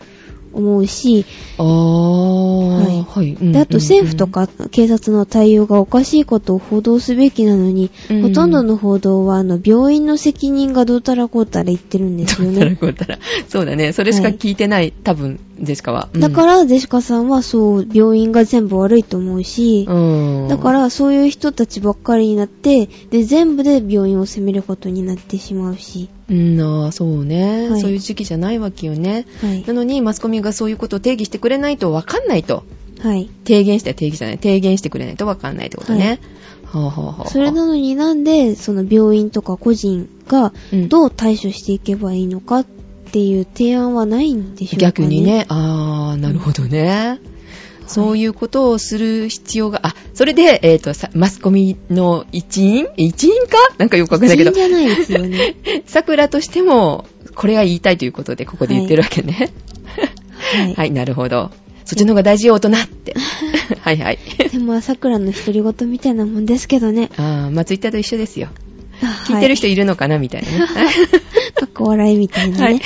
思うし、あー、はい。うんであと政府と、か警察の対応がおかしいことを報道すべきなのに、うんほとんどの報道はあの病院の責任がどうたらこうたら言ってるんですうよんうんどうね。たらこうたら。そうだね。それしか聞いてない、多分、ですかは。うんだか、ら、デシカさんはそう、病院が全部悪いと思うし、うん。だからそういう人たちばっかりになって、で、全部で病院を責めることになってしまうし。うん、あーそうね、はいそういう時期じゃないわけよね。はいな。のに、マスコミがそういうことを定義してくれないと分かんないと。はい。提言して、定義じゃない。提言してくれないと分かんないってことね。はあ、はあはあはあそれなのになんで、その病院とか個人がうんどう対処していけばいいのかっていう提案はないんでしょうかね。逆に。ね、あー、なるほどね。そういうことをする必要が、あ、それで、えっ、とさ、マスコミの一員一員かなんかよくわかんないけど一員、じゃないですよ ね。桜としても、これが言いたいということで、ここで言ってるわけね。はい。はい、なるほど。そっちの方が大事よ、大人って。はいはい。でも、桜の独り言みたいなもんですけどね。あー、まあ、ツイッターと一緒ですよ。あ聞いてるは人いるのかなみたいなね。 かっこ笑いみたいなはねい。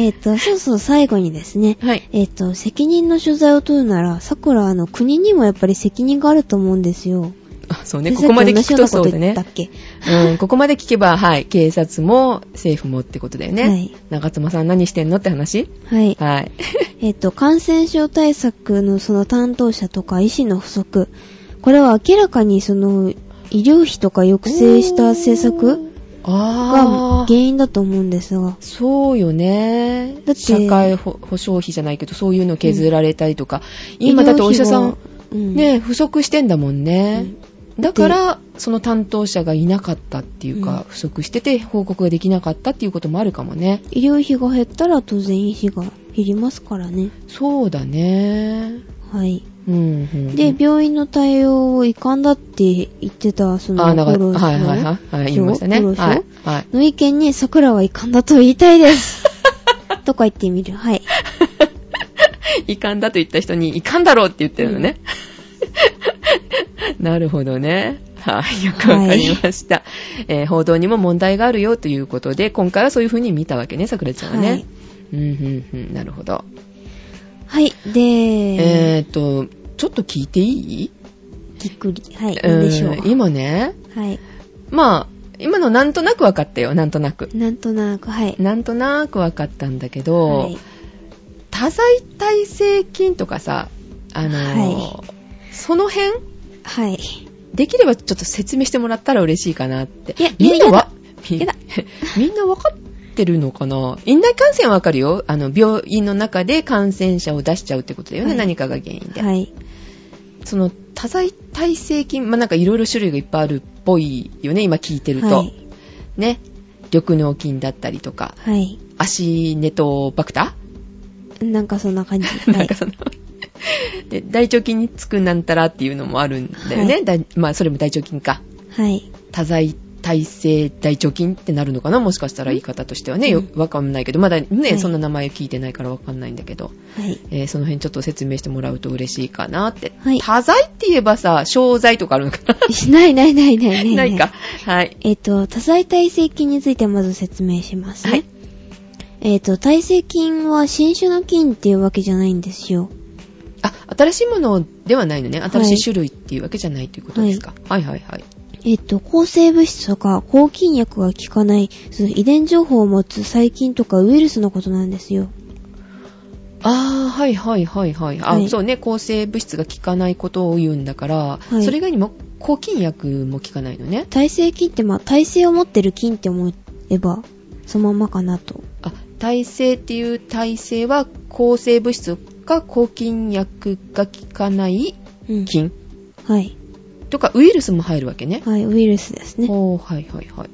えっと、そうそう、最後にですね。はい。えっと、責任の取材を取るなら、桜はあの国にもやっぱり責任があると思うんですよ。あそうね、ここまで聞くとそうだねさっ。き同じようなこと言ったっうん、ここまで聞けば、はい、警察も政府もってことだよね。はい長妻さん何してんのって話けはい。はい。えっと、感染症対策のその担当者とか医師の不足。これは明らかにその医療費とか抑制した政策があ原因だと思うんですがあ。。そうよね。だって社会保保障費じゃないけど、そういうの削られたりとか。今だってお医者さん、医療費も、うん、ね、不足してんだもんね。だから、その担当者がいなかったっていうか、うん不足してて報告ができなかったっていうこともあるかもね。医療費が減ったら当然医費が減りますからね。そうだね。はい。うん、うん。で、病院の対応を遺憾だって言ってた、その、あ、なんか、厚労省はいはいはい。はい、言いましたね。厚労省はい。はい。の意見に桜は遺憾だと言いたいです。 とか言ってみる。はい。 遺憾だと言った人に、遺憾だろうって言ってるのね。なるほどね。はい、よくわかりました、えー報道にも問題があるよということで、今回はそういうふうに見たわけね、桜ちゃんはね。はいうん、うん、うん、なるほど。はい。で、えーっと、ちょっと聞いていいぎっくり。はい。うんでしょう。今ね、はい。まあ、今のなんとなくわかったよ、なんとなく。なんとなく、はい。なんとなくわかったんだけど、はい。多剤耐性菌とかさ、あのーはその辺はい。できればちょっと説明してもらったら嬉しいかなって。いやいやみんなわ、やだ みんなわかってるのかな院内感染はわかるよ。あの、病院の中で感染者を出しちゃうってことだよね。はい何かが原因で。はい。その、多剤耐性菌、まあ、なんかいろいろ種類がいっぱいあるっぽいよね。今聞いてると。はい。ね。緑脳菌だったりとか、はい。足ネトバクターなんかそんな感じ。はなんいか。 その、で、大腸菌につくなんたらっていうのもあるんだよね。はいだいまあ、それも大腸菌か。はい。多剤耐性大腸菌ってなるのかなもしかしたら言い方としてはね、ようわかんないけど、まだね、はいそんな名前聞いてないからわかんないんだけど、はい。えーその辺ちょっと説明してもらうと嬉しいかなって。はい多剤って言えばさ、小剤とかあるのかなないないないないない。 ないか。。はい。えっ、と、多剤耐性菌についてまず説明しますね。はいえっ、と、耐性菌は新種の菌っていうわけじゃないんですよ。あ、新しいものではないのね。新しい種類っていうわけじゃないということですか。はい、はい、はい。えっ、と、抗生物質とか抗菌薬が効かない、その遺伝情報を持つ細菌とかウイルスのことなんですよ。ああ、はいはいはいはい。あ、はいそうね、抗生物質が効かないことを言うんだから、いそれ以外にも抗菌薬も効かないのね。耐性菌って、まあ、耐性を持ってる菌って思えば、そのままかなと。あ、耐性っていう耐性は抗生物質か抗菌薬が効かないうん。菌はい。とかウイルスも入るわけね。はい、ウイルスですね。おーはいはいはい。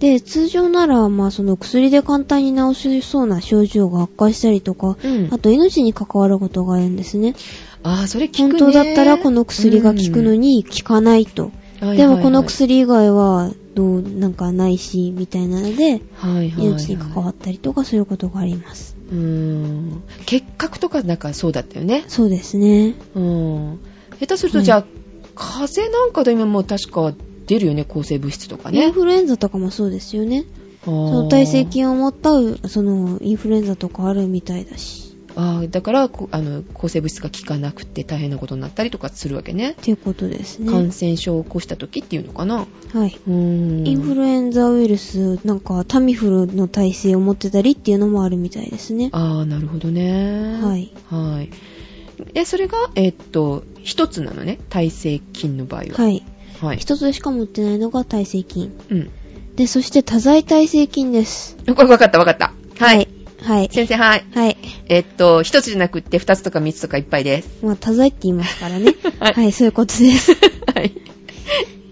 で、通常なら、まあ、その薬で簡単に治せそうな症状が悪化したりとか、うんあと命に関わることがあるんですね。あー、それ効くね。本当だったらこの薬が効くのに効かないと。うん、はいはでいもはいこの。薬以外はどうなんかないし、みたいなので、はいはい、はい。命に関わったりとかそういうことがあります。うーん。結核とかなんかそうだったよね。そうですね。うん。下手すると、はいじゃあ、風邪なんかで今もう確か出るよね、抗生物質とかインね。フルエンザとかもそうですよね。そその耐性。菌を持ったう、その、インフルエンザとかあるみたいだし、あーだからこあの、抗生物質が効かなくて大変なことになったりとかするわけね。っていうことですね感。染症を起こした時っていうのかな。はい。うーん。インフルエンザウイルス、なんか、タミフルの耐性を持ってたりっていうのもあるみたいですね。ああ、なるほどね。はい。はい。で、それが、えっと、一つなのね。耐性菌の場合は。はい。はい。一つしか持ってないのが耐性菌。うん。で、そして多剤耐性菌です。これ分かった分かった。はい。。はい。先生、はい。はい。えっと、一つじゃなくって二つとか三つとかいっぱいです。まあ、多剤って言いますからね 。はいはい、そういうことです。はい。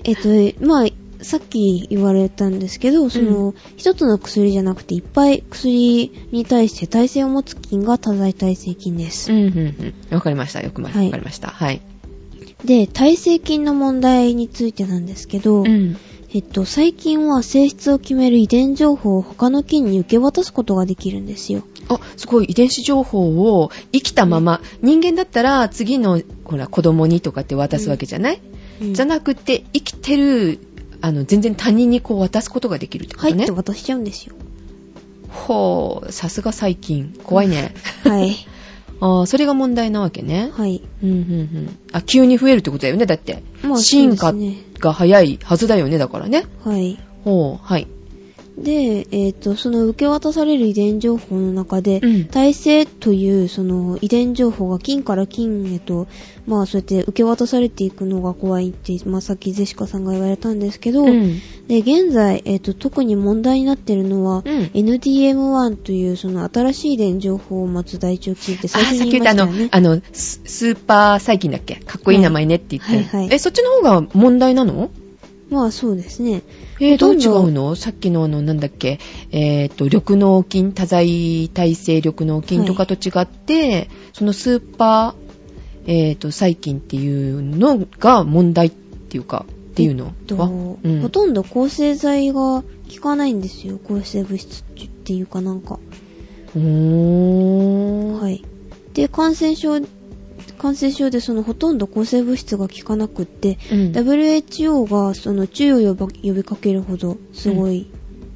えっと、まあ、さっき言われたんですけど、その、一つの薬じゃなくて、いっぱい薬に対して耐性を持つ菌が多剤耐性菌です。うんうんうん。わかりました。よくまわはいかりました。はい。で、耐性菌の問題についてなんですけど、うん。えっと、細菌は性質を決める遺伝情報を他の菌に受け渡すことができるんですよ。あ、すごい遺伝子情報を生きたまま、人間だったら次の、ほら、子供にとかって渡すわけじゃない、じゃななくて、生きてる、あの、全然他人にこう渡すことができるってこ入とっねて。渡しちゃうんですよ。ほう、さすが最近。怖いね。 はい。あーそれが問題なわけね。はい。うんうんうん。あ、急に増えるってことだよね。だって、まあ、進そ化うですね。が早いはずだよね。だからね。はい。ほう、はい。で、えっ、と、その受け渡される遺伝情報の中で、うん耐性というその遺伝情報が菌から菌へと、まあそうやって受け渡されていくのが怖いって、まあさっきゼシカさんが言われたんですけど、うん。で、現在、えっ、と、特に問題になってるのは、うん NDM1 というその新しい遺伝情報を待つ大腸菌ってあ最、初さっにき言言っいまたあのしたよね、。あの、ススーパー細菌だっけかっこいい名前ねって言って。はいはいはいえ、そっちの方が問題なのまあそうですね。えーどほうとん違どうのさっきのあの、なんだっけ、えっ、と、緑脳菌、多剤耐性緑脳菌とかと違って、そのスーパー、えっ、と、細菌っていうのが問題っていうか、っていうのは、えっとうんほとんど抗生剤が効かないんですよ。抗生物質っていうかなんか。うーん。はい。で、感染症、感染症でそのほとんど抗生物質が効かなくって、うん WHO がその注意を呼ば呼びかけるほどすごい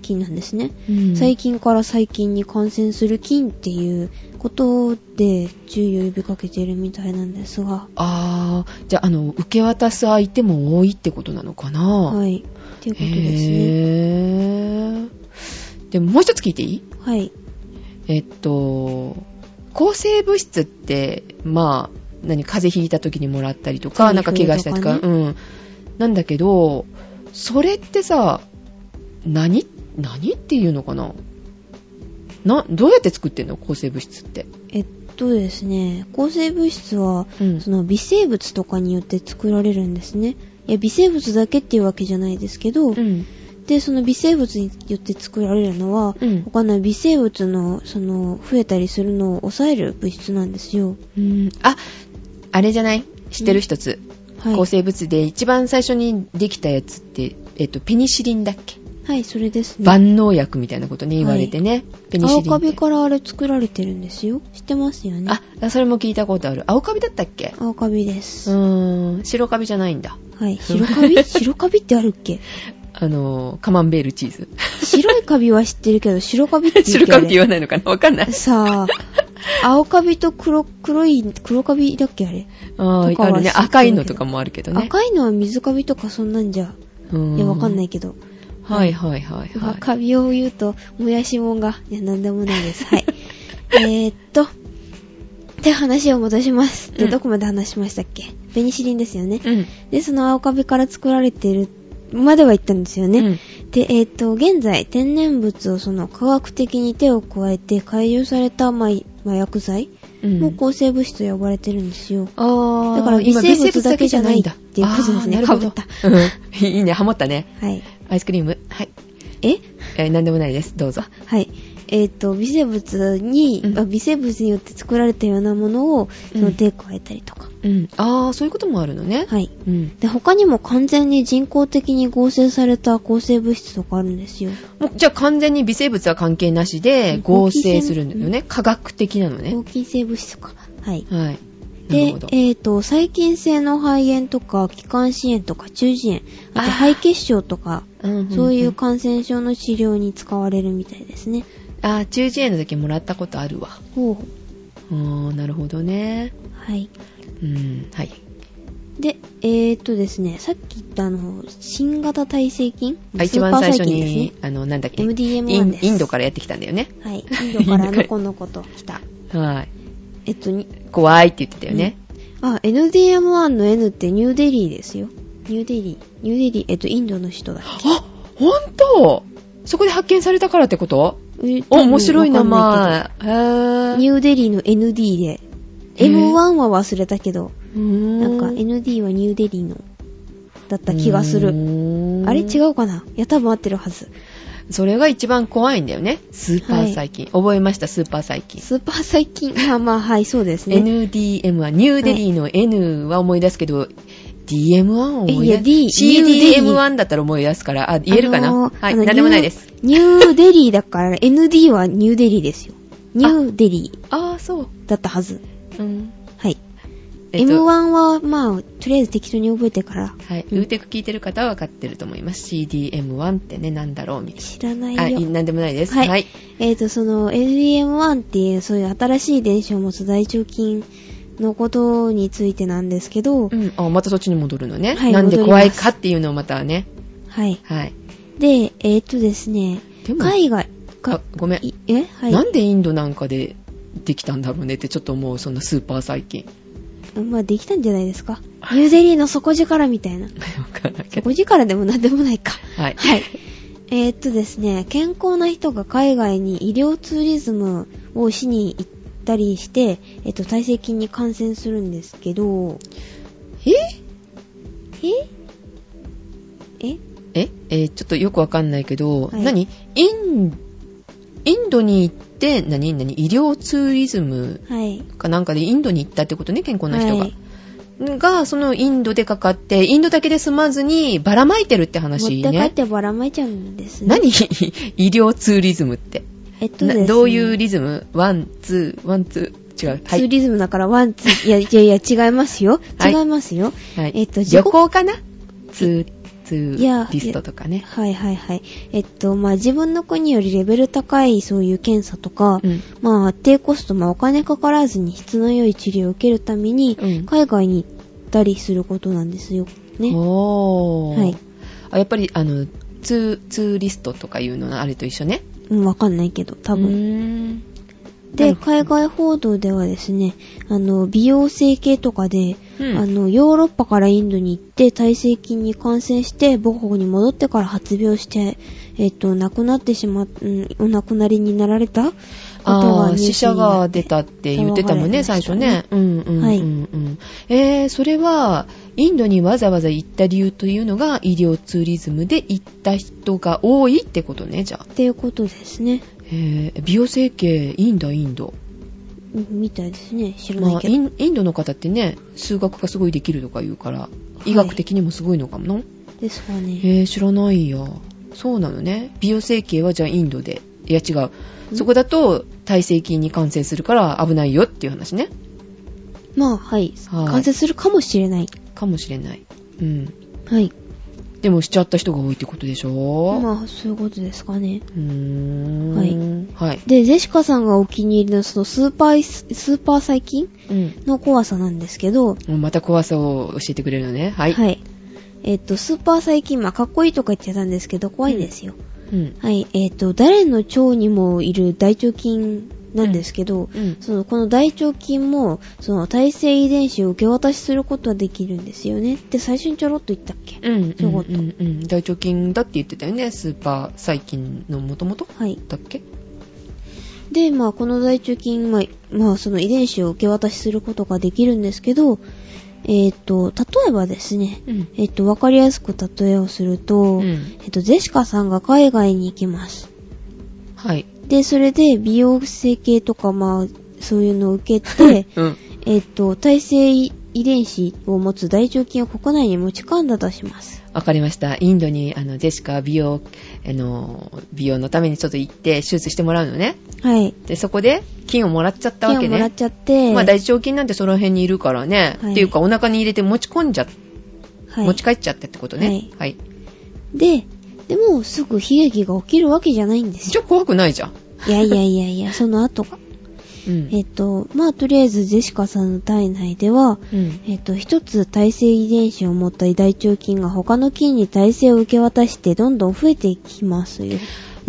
菌なんですね。うん細菌から細菌に感染する菌っていうことで注意を呼びかけてるみたいなんですが、あー、じゃあ、あの、受け渡す相手も多いってことなのかなはい。っていうことですね。へー。でももう一つ聞いていいはい。えっと、抗生物質って、まあ、何、風邪ひいた時にもらったりとか、台風なんか怪我したりとか、とかうん。なんだけど、それってさ、何何っていうのかなな、どうやって作ってんの抗生物質って。えっとですね、抗生物質は、うんその微生物とかによって作られるんですね。いや、微生物だけっていうわけじゃないですけど、ん。で、その微生物によって作られるのは、うん他の微生物の、その、増えたりするのを抑える物質なんですよ。うん。あ、あれじゃない知ってる一つ。はい。抗生物で一番最初にできたやつって、えっと、ペニシリンだっけはい、それですね。万能薬みたいなことね、言われてね。ペニシリン青って。カビからあれ作られてるんですよ。知ってますよね。あ、それも聞いたことある。青カビだったっけ青カビでうす。ーん、白カビじゃないんだ。はい。白カビ白カビってあるっけあのー、カマンベールチーズ。白いカビは知ってるけど、白カビって白言うっけあカビれって言わないのかなわかんない。さあ、青カビと黒、黒い、黒カビだっけあれ、あーとかはあるね。知ってるけど赤いのとかもあるけどね。赤いのは水カビとかそんなんじゃ。うんいや、わかんないけど。はいはいはいまあはい。カビを言うと、もやしもんが、いや、なんでもないです。 はい。えーっと、で、話を戻します。で、うんどこまで話しましたっけベニシリンですよね。うん。で、その青カビから作られてる、までは言ったんですよね。うんで、えっ、と、現在、天然物をその科学的に手を加えて改良された、まあ、まあ薬剤うんも抗生物質と呼ばれてるんですよ。あーだから微生物だけじゃない今微生物だけじゃないんだっていうことですねあーなるほどかぶうんいいね、ハモったね。はい。アイスクリーム。はい。ええー、なんでもないです。どうぞ。はい。えっ、と、微生物に、うんあ微生物によって作られたようなものを、そのうん手を加えたりとか。うん。あー、そういうこともあるのね。はい。うん。で、他にも完全に人工的に合成された抗生物質とかあるんですよ。もうじゃあ完全に微生物は関係なしで合成するんだよね。科学的なのね。抗菌性物質とか。はい。はい。なるでほど、えっ、と、細菌性の肺炎とか、気管支炎とか、中耳炎、あとあー肺血症とか、うんんんそういう感染症の治療に使われるみたいですね。あー中耳炎の時もらったことあるわ。ほあーなるほどね。う。はい。うん、はい。で、えっ、とですね、さっき言ったあの、新型耐性菌あ一番スーパー最初細菌ですねに、あの、なんだっけ、イ MDM1 ンです。インドからやってきたんだよね。ら。はい。インドからのこの こと来た。はい。えっと、に怖いって言ってたよね。あ、NDM1 の N ってニューデリーですよ。ニューデリー。ニューデリー、えっと、インドの人だっあ、ほんとそこで発見されたからってことけ。えお、面白い名。多分わかんない前。へけーどニューデリーの ND で。へー M1 は忘れたけど、うーんなんか ND はニューデリーの。だった気がすうる。ーんあれ違うかないや、多分合ってるはず。それが一番怖いんだよね。スーパー細菌。覚えました、スーパー細菌。スーパー細菌。まあまあ、はい、そうですね。 NDM は、ニューデリーの N は思い出すけど、DM1 は思いい出や D CDM1 だったら思い出すから、あ、言えるかな、あのーはい、あのなんでもないです。。ニューニューデリー だから、ND はニューデリーですよ。ニューデリああ、そう。ーだったはず。うん。はい。えっと M1 は、まあ、とりあえず適当に覚えてから。はい。うんウーテク聞いてる方は分かってると思います。CDM1 ってね、なんだろうみたい知らないな。あ、いよ。なんでもないです。ははいい。えっ、と、その、LDM1 っていう、そういう新しい電子を持つ大腸菌のことについてなんですけうど、ん。あ、またそっちに戻るのね。はいなんで戻り怖いますかっていうのをまたね。はい。はい。で、えっ、とですね、でも、海外、あか、ごめん。いえはい。なんでインドなんかでできたんだろうねってちょっと思う、そんなスーパー細菌。まあ、できたんじゃないですか。ニューデリーの底力みたい な。わからんけど。底力でもなんでもないか。はい。はい。えーっとですね、健康な人が海外に医療ツーリズムをしに行ったりして、えっと、体制菌に感染するんですけど、ええええーちょっとよくわかんないけど、はい何イン、インドに行って、何何医療ツーリズムはい。かなんかでインドに行ったってことね、健康な人が。はいが、そのインドでかかって、インドだけで済まずにばらまいてるって話持って帰っね。てばらまいちゃうんですね。何 医療ツーリズムって。えっとですなね。どういうリズムワン、ツー、ワン、ツー。違う。はツーい。リズムだからワン、ツ ー、いやいやいや、違いますよ。はい違いますよ。はい、えっと自旅己行かなツー、ツーいやリストとかね。はいはいはい。えっと、まあ、自分の国よりレベル高いそういう検査とか、うん。まあ、低コスト、まあ、お金かからずに質の良い治療を受けるために、うん海外に行ったりすることなんですよ。ね。おー。はいあやっぱり、あの、ツー、ツーリストとかいうのあれと一緒ね。うん、わかんないけど、多分。分。なで、るほど海外報道ではですね、あの、美容整形とかで、うんあの、ヨーロッパからインドに行って、体制菌に感染して、母国に戻ってから発病して、えっと、亡くなってしまっ、うん、お亡くなりになられた方あニュースになっーて死者が出たって言ってたもんね、騒が最れてました初ねね。うんうんうん、うんはいえー、それは、インドにわざわざ行った理由というのが、医療ツーリズムで行った人が多いってことね、じゃあ。っていうことですね。えー、美容整形、インド、インド。うんみたいですね。知らなまいあ、けど。インインドの方ってね、数学がすごいできるとか言うから、医学的にもすごいのかもな。ですかね。へえ、知らないや。そうなのね。美容整形はじゃあインドで。いや違う。そこだと体制菌に感染するから危ないよっていう話ね。まあ、はい。はい完成するかもしれない。かもしれない。うん。はい。でもしちゃった人が多いってことでしょまあ、そういうことですかね。うーん。はい。はい。で、ジェシカさんがお気に入りのそのスーパーイス、スーパー細菌うん。の怖さなんですけど、もうまた怖さを教えてくれるのね。はい。はい。えっと、スーパー細菌、まあ、かっこいいとか言ってたんですけど、怖いんですよ。うん。はい。えっと、誰の腸にもいる大腸菌なんですけど、うん。その、この大腸菌も、その、体性遺伝子を受け渡しすることはできるんですよねって最初にちょろっと言ったっけうん。そういうこうとんうんうん大腸菌だって言ってたよね。スーパー細菌のもともとはい。だっけで、まあ、この大腸菌、まあ、まあ、その遺伝子を受け渡しすることができるんですけど、えっ、と、例えばですね、うん。えっ、と、わかりやすく例えをすると、うんえっと、ゼシカさんが海外に行きます。はい。、で、それで美容整形とか、まあ、そういうのを受けて うん。えっと、体性遺伝子を持つ大腸菌を国内に持ち込んだとします。わかりました。インドに、あの、ジェシカは美容、あの、美容のためにちょっと行って、手術してもらうのね。はい。で、そこで、金をもらっちゃった菌わをけもらっね。ちゃって、まあ、大腸菌なんてその辺にいるからね。はいっていうか、お腹に入れて持ち込んじゃ、はい持ち帰っちゃったってことね。はい。で、でもすぐ悲劇が起きるわけじゃないんですじよ。ゃあ怖くないじゃん。いやいやいやいや、その後が。うん。えっと、まあ、とりあえず、ジェシカさんの体内では、うん。えっと、一つ体性遺伝子を持った大腸菌が他の菌に体性を受け渡して、どんどん増えていきますよ。ね。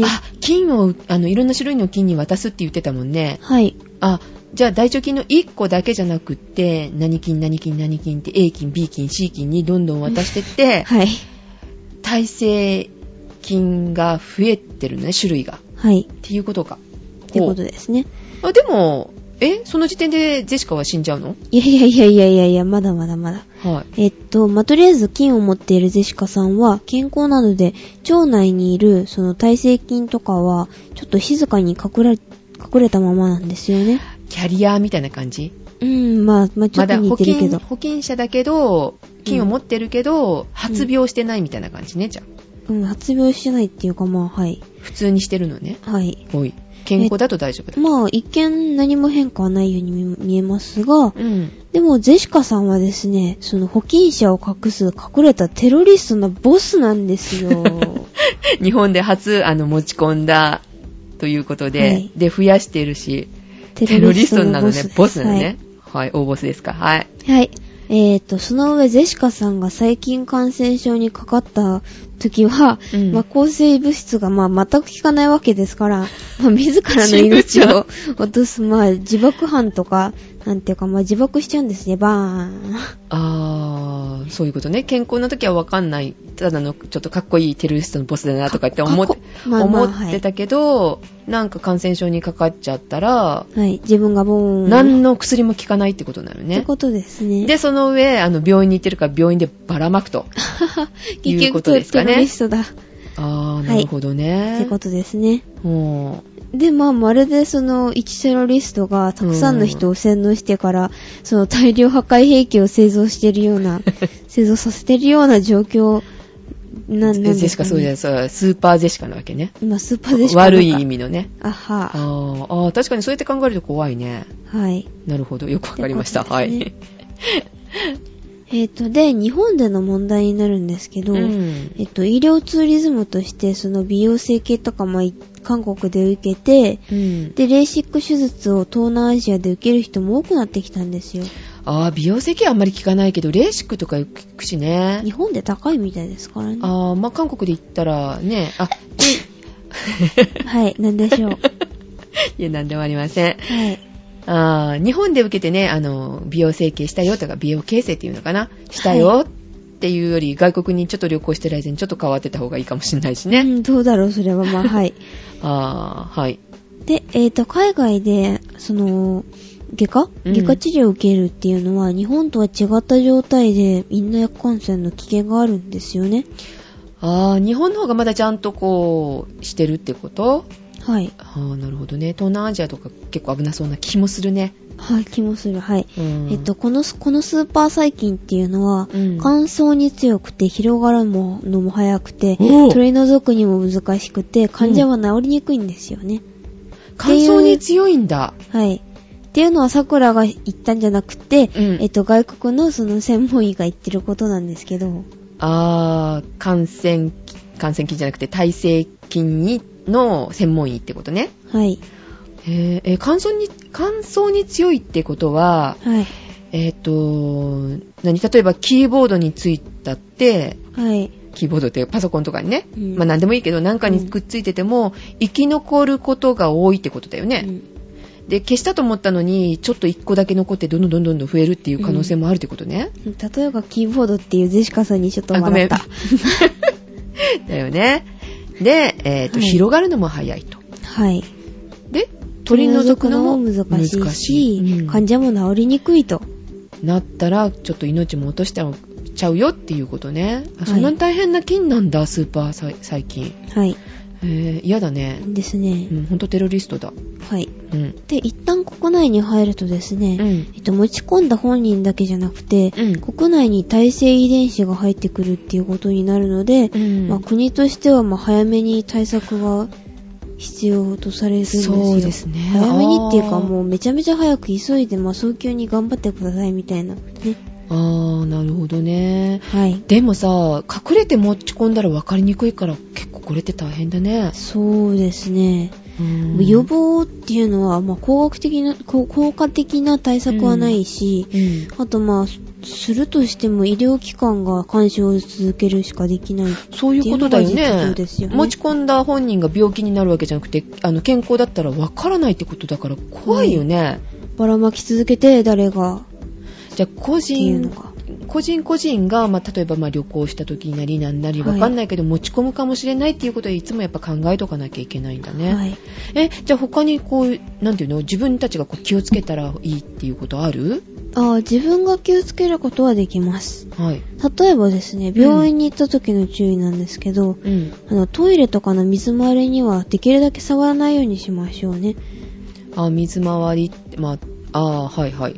あ、菌を、あの、いろんな種類の菌に渡すって言ってたもんね。はい。あ、じゃあ大腸菌の1個だけじゃなくって、何菌、何菌、何菌って A 菌、B 菌、C 菌にどんどん渡して って、はい。耐性菌が増えてるのね、種類が。っはい。ていうことか。ってことですね。ほうあでも、え、その時点でジェシカは死んじゃうのいやいやいやいやいやいや、まだまだまだ。はい。えっと、まあ、とりあえず菌を持っているゼシカさんは、健康なので、腸内にいる、その耐性菌とかは、ちょっと静かに隠れ、隠れたままなんですよね。キャリアみたいな感じうん、まあ、まあ、ちょまっとだ似保てるけ険ど。保険者だけど、金を持ってるけど、発病してないみたいな感じね、じゃあ。うん、発病してないっていうか、まあ、はい。普通にしてるのね。はい。おい。健康だと大丈夫だ。まあ、一見何も変化はないように見見えますが、うん。でも、ゼシカさんはですね、その保菌者を隠す隠れたテロリストのボスなんです よ。 日本で初、あの、持ち込んだということで、はいで、増やしているし、テロリストなのね、ボスなのはいね。はい、大ボスですか。はい。はい。えー、と、その上、ゼシカさんが最近感染症にかかった時は、うんまあ、抗生物質が、まあ、全く効かないわけですから、まあ、自らの死命ぬじゃんを落とす、まあ、自爆犯とか、なんていうか、まあ、自爆しちゃうんですね、バーン。あー、そういうことね。健康な時はわかんない。ただの、ちょっとかっこいいテロリストのボスだなとかって思っかてっこ、まあまあ思ってたけど、なんか感染症にかかっちゃったら、はい、自分がボーン。何の薬も効かないってことなのってね。ことですね。で、その上、あの、病院に行ってるから病院でばらまく と。い結うこ局、とですかテねロリストだ。っあー、なるほどね。てことですね。うんで、まあ、まるでその、一テロリストがたくさんの人を洗脳してから、その大量破壊兵器を製造してるよ うな、製造させてるような状況な、なん。ゼシカそうじゃないいそうスーパーゼシカなわけね。まあ、スーパーでしか悪い意。味のね。あは。あーあー、確かにそうやって考えると怖いね。はい。なるほど。よくわかりました。ってこはとですいね。えっ、と、で、日本での問題になるんですけど、うんえっと、医療ツーリズムとして、その美容整形とか、まあ、い韓国で受けて、うんで、レーシック手術を東南アジアで受ける人も多くなってきたんですよ。ああ、美容石はあんまり聞かないけど、レーシックとか聞くしね日。本で高いみたいですからね。ああ、まあ、韓国で言ったらね、 あ、はい、なんでしょう。いや、なんでもありません。はい。あー日本で受けてね、あの、美容整形したよとか、美容形成っていうのかな、したよ、はっていうより、外国にちょっと旅行してる間にちょっと変わってた方がいいかもしれないしうね。ん、どうだろう、それは。ま あ、はい。ああ、はい。で、えっ、と、海外で、その、外科うん外科治療を受けるっていうのは、日本とは違った状態で、院内感染の危険があるんですよね。ああ、日本の方がまだちゃんとこう、してるってことはい。ああ、なるほどね。東南アジアとか結構危なそうな気もするね。はい、気もする。はい。うんえっと、、このス、このスーパー細菌っていうのは、うん乾燥に強くて、広がるものも早くて、おう取り除くにも難しくて、患者は治りにくいんですよね。乾燥に強いんだ。はい。っていうのは桜が言ったんじゃなくて、うんえっと、外国のその専門医が言ってることなんですけど、ああ、感染、感染菌じゃなくて、耐性菌に、の専門医ってことね。はい。へーえー、乾燥に、乾燥に強いってことは、はい。えっ、と、何例えばキーボードについたって、はい。キーボードってパソコンとかにね、うんまあ何でもいいけど、何かにくっついてても、生き残ることが多いってことだようね。んで、消したと思ったのに、ちょっと1個だけ残って、どんどんどんどんどん増えるっていう可能性もあるってことね。例えばキーボードっていうゼシカさんにちょっとあごめ笑んった。 だよね。で、えっ、と、はい広がるのも早いと。はい。で、取り除くのも難難しいしいし、うん患者も治りにくいと。なったら、ちょっと命も落としちゃうよっていうことね。あはいそんなに大変な菌なんだ、スーパー細細菌。はい。えー、嫌だね。ですねう。ん、ほんとテロリストだ。はい。うん。で、一旦国内に入るとですね、うん。えっと、持ち込んだ本人だけじゃなくて、うん国内に耐性遺伝子が入ってくるっていうことになるので、うんまあ、国としてはまあ早めに対策が必要とされるんですよそうですね早めにっていうあかーもうめちゃめちゃ早く急いで、まあ、早急に頑張ってくださいみたいなねあー、なるほどね。はいでもさ、隠れて持ち込んだら分かりにくいから、結構これって大変だね。そうですね、うん予防っていうのは、まあ、効果的なこう効果的な対策はないし、うん。あとまあすするとしても医療機関が干渉を続けるしかできないそういうことだよっていうのねが実情ですよね持ち込んだ本人が病気になるわけじゃなくて、あの、健康だったら分からないってことだから怖いよね。ばらまき続けて誰がじゃあ、個っていう人の、が個個人個人が、まあ、例えばまあ旅行した時なりなんなりはいわかんないけど、持ち込むかもしれないっていうことはいつもやっぱ考えとかなきゃいけないんだね。はい。え、じゃあ他にこう、なんていうの自分たちがこう気をつけたらいいっていうことあるあー自分が気をつけることはできます。はい。例えばですね、病院に行った時の注意なんですけど、うん。あの、トイレとかの水回りにはできるだけ触らないようにしましょうね。あ、水回りって、まあ、あーはいはい。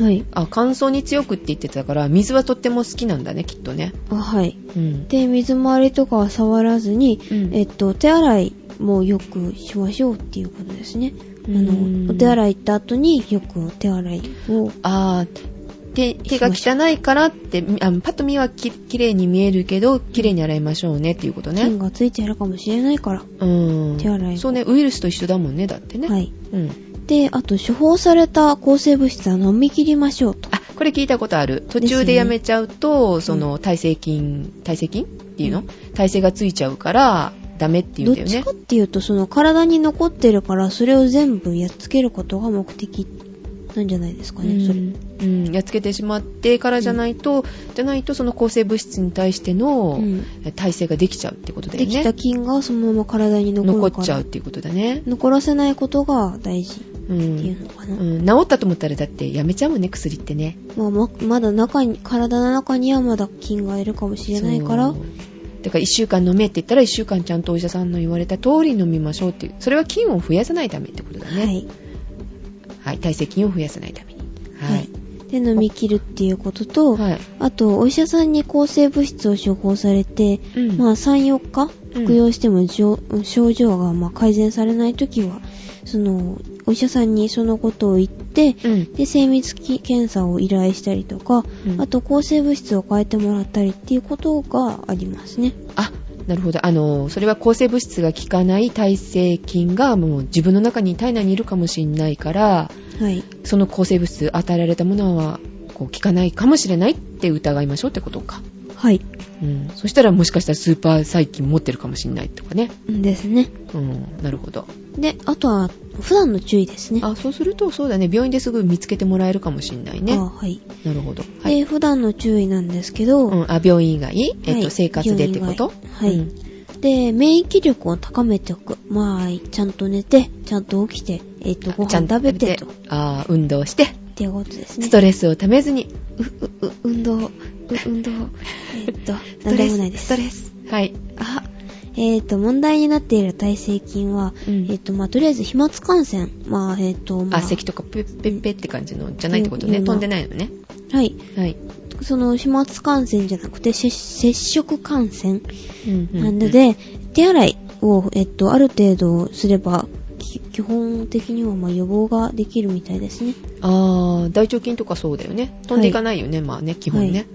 はい。あ、乾燥に強くって言ってたから、水はとっても好きなんだね、きっとね。あはい。うん。で、水回りとかは触らずに、うんえっと、手洗いもよくしましょうっていうことですね。あうんの、お手洗い行った後によくお手洗いを。あー手、手が汚いからって、あパッと見はききれいに見えるけど、きれいに洗いましょうねっていうことね。菌がついてるかもしれないから。うん。手洗いをそうね、ウイルスと一緒だもんね、だってね。はい。うん。で、あと、処方された抗生物質は飲み切りましょうと。あ、これ聞いたことある。途中でやめちゃうと、その、耐性菌、耐性菌っていうの耐性がついちゃうから、ダメっていうんだよね。どっちかっていうと、その体に残ってるから、それを全部やっつけることが目的なんじゃないですかね、それ。うん、やっつけてしまってからじゃないと、じゃないとその抗生物質に対してのうん耐性ができちゃうってことだよでね。きた菌がそのまま体に残る残から。っちゃうっていうことだね。残らせないことが大事っう。ていうんのかうな。ん、治ったと思ったらだってやめちゃうもんね、薬ってね。まあ、ままだ中に、体の中にはまだ菌がいるかもしれないからそう、だから1週間飲めって言ったら1週間ちゃんとお医者さんの言われた通り飲みましょうっていう。それは菌を増やさないためってことだはね。い。はい。耐性菌を増やさないために。はい。で、飲み切るっていうことと、はい。あと、お医者さんに抗生物質を処方されて、うんまあ、3、4日うん服用してもじょ、症状がまあ改善されないときは、その、お医者さんにそのことを言って、うん。で、精密き検査を依頼したりとか、うんあと抗生物質を変えてもらったりっていうことがありますね。あなるほどあのそれは抗生物質が効かない耐性菌がもう自分の中に体内にいるかもしれないからはい。その抗生物質与えられたものはこう効かないかもしれないって疑いましょうってことか、はい。うん、そしたらもしかしたらスーパー細菌持ってるかもしれないとかね、ですね。うん、なるほどで、あとは、普段の注意ですね。あそうするとそうだね病院ですぐ見つけてもらえるかもしれないねあはい。なるほど、はいで、普段の注意なんですけど、うん、あ病院以外、えっとはい生活でってこと病院以外はい。で、免疫力を高めておく。まあ、ちゃんと寝て、ちゃんと起きて、えっ、と、ごうんちゃ飯んと食べてと。食っべてあー運動してていうことですね。ストレスをためずにう、う、う、運動、う、運動、えっと、なんでもないです。ストレス。はい。あ、えっと、問題になっている耐性菌は、うんえっと、まあ、とりあえず飛沫感染。まあ、えっと、まあ、咳とかペッペッペッって感じのじゃないってことね。うん飛んでないのね。はい。はい。その、飛沫感染じゃなくて、接接触感染。ななんで、で手洗いを、えっと、ある程度すれば、き基本的にはまあ予防ができるみたいですね。あー大腸菌とかそうだよね。飛んでいかないよね、まあね、基本ね。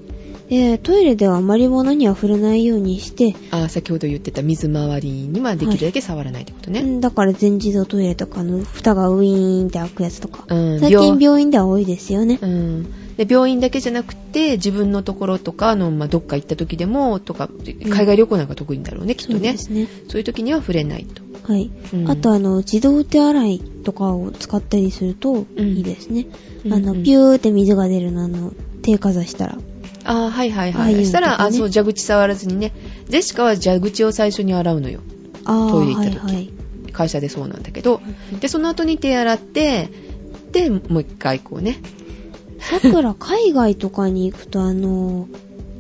で、トイレではあまり物には触れないようにして、あー先ほど言ってた水回りにはできるだけ触らないってことね。んだから全自動トイレとかの蓋がウィーンって開くやつとか。うん最近病院では多いですよね。うん。で、病院だけじゃなくて、自分のところとか、あの、まあ、どっか行った時でも、とか、海外旅行なんか得意だろうね、きっそとうねで。すね。そういう時には触れないと。はい。うんあと、あの、自動手洗いとかを使ったりするといいですね。うんあうの、んうんピューって水が出るの、あの、手かざしたら。あーはいはいああはいい。うのとかねしたら、あ、そう、蛇口触らずにね。ジェシカは蛇口を最初に洗うのよ。ああ、トイレ行った時はいはい。会社でそうなんだけど。で、その後に手洗って、で、もう一回こうね。さくら、海外とかに行くと、あの、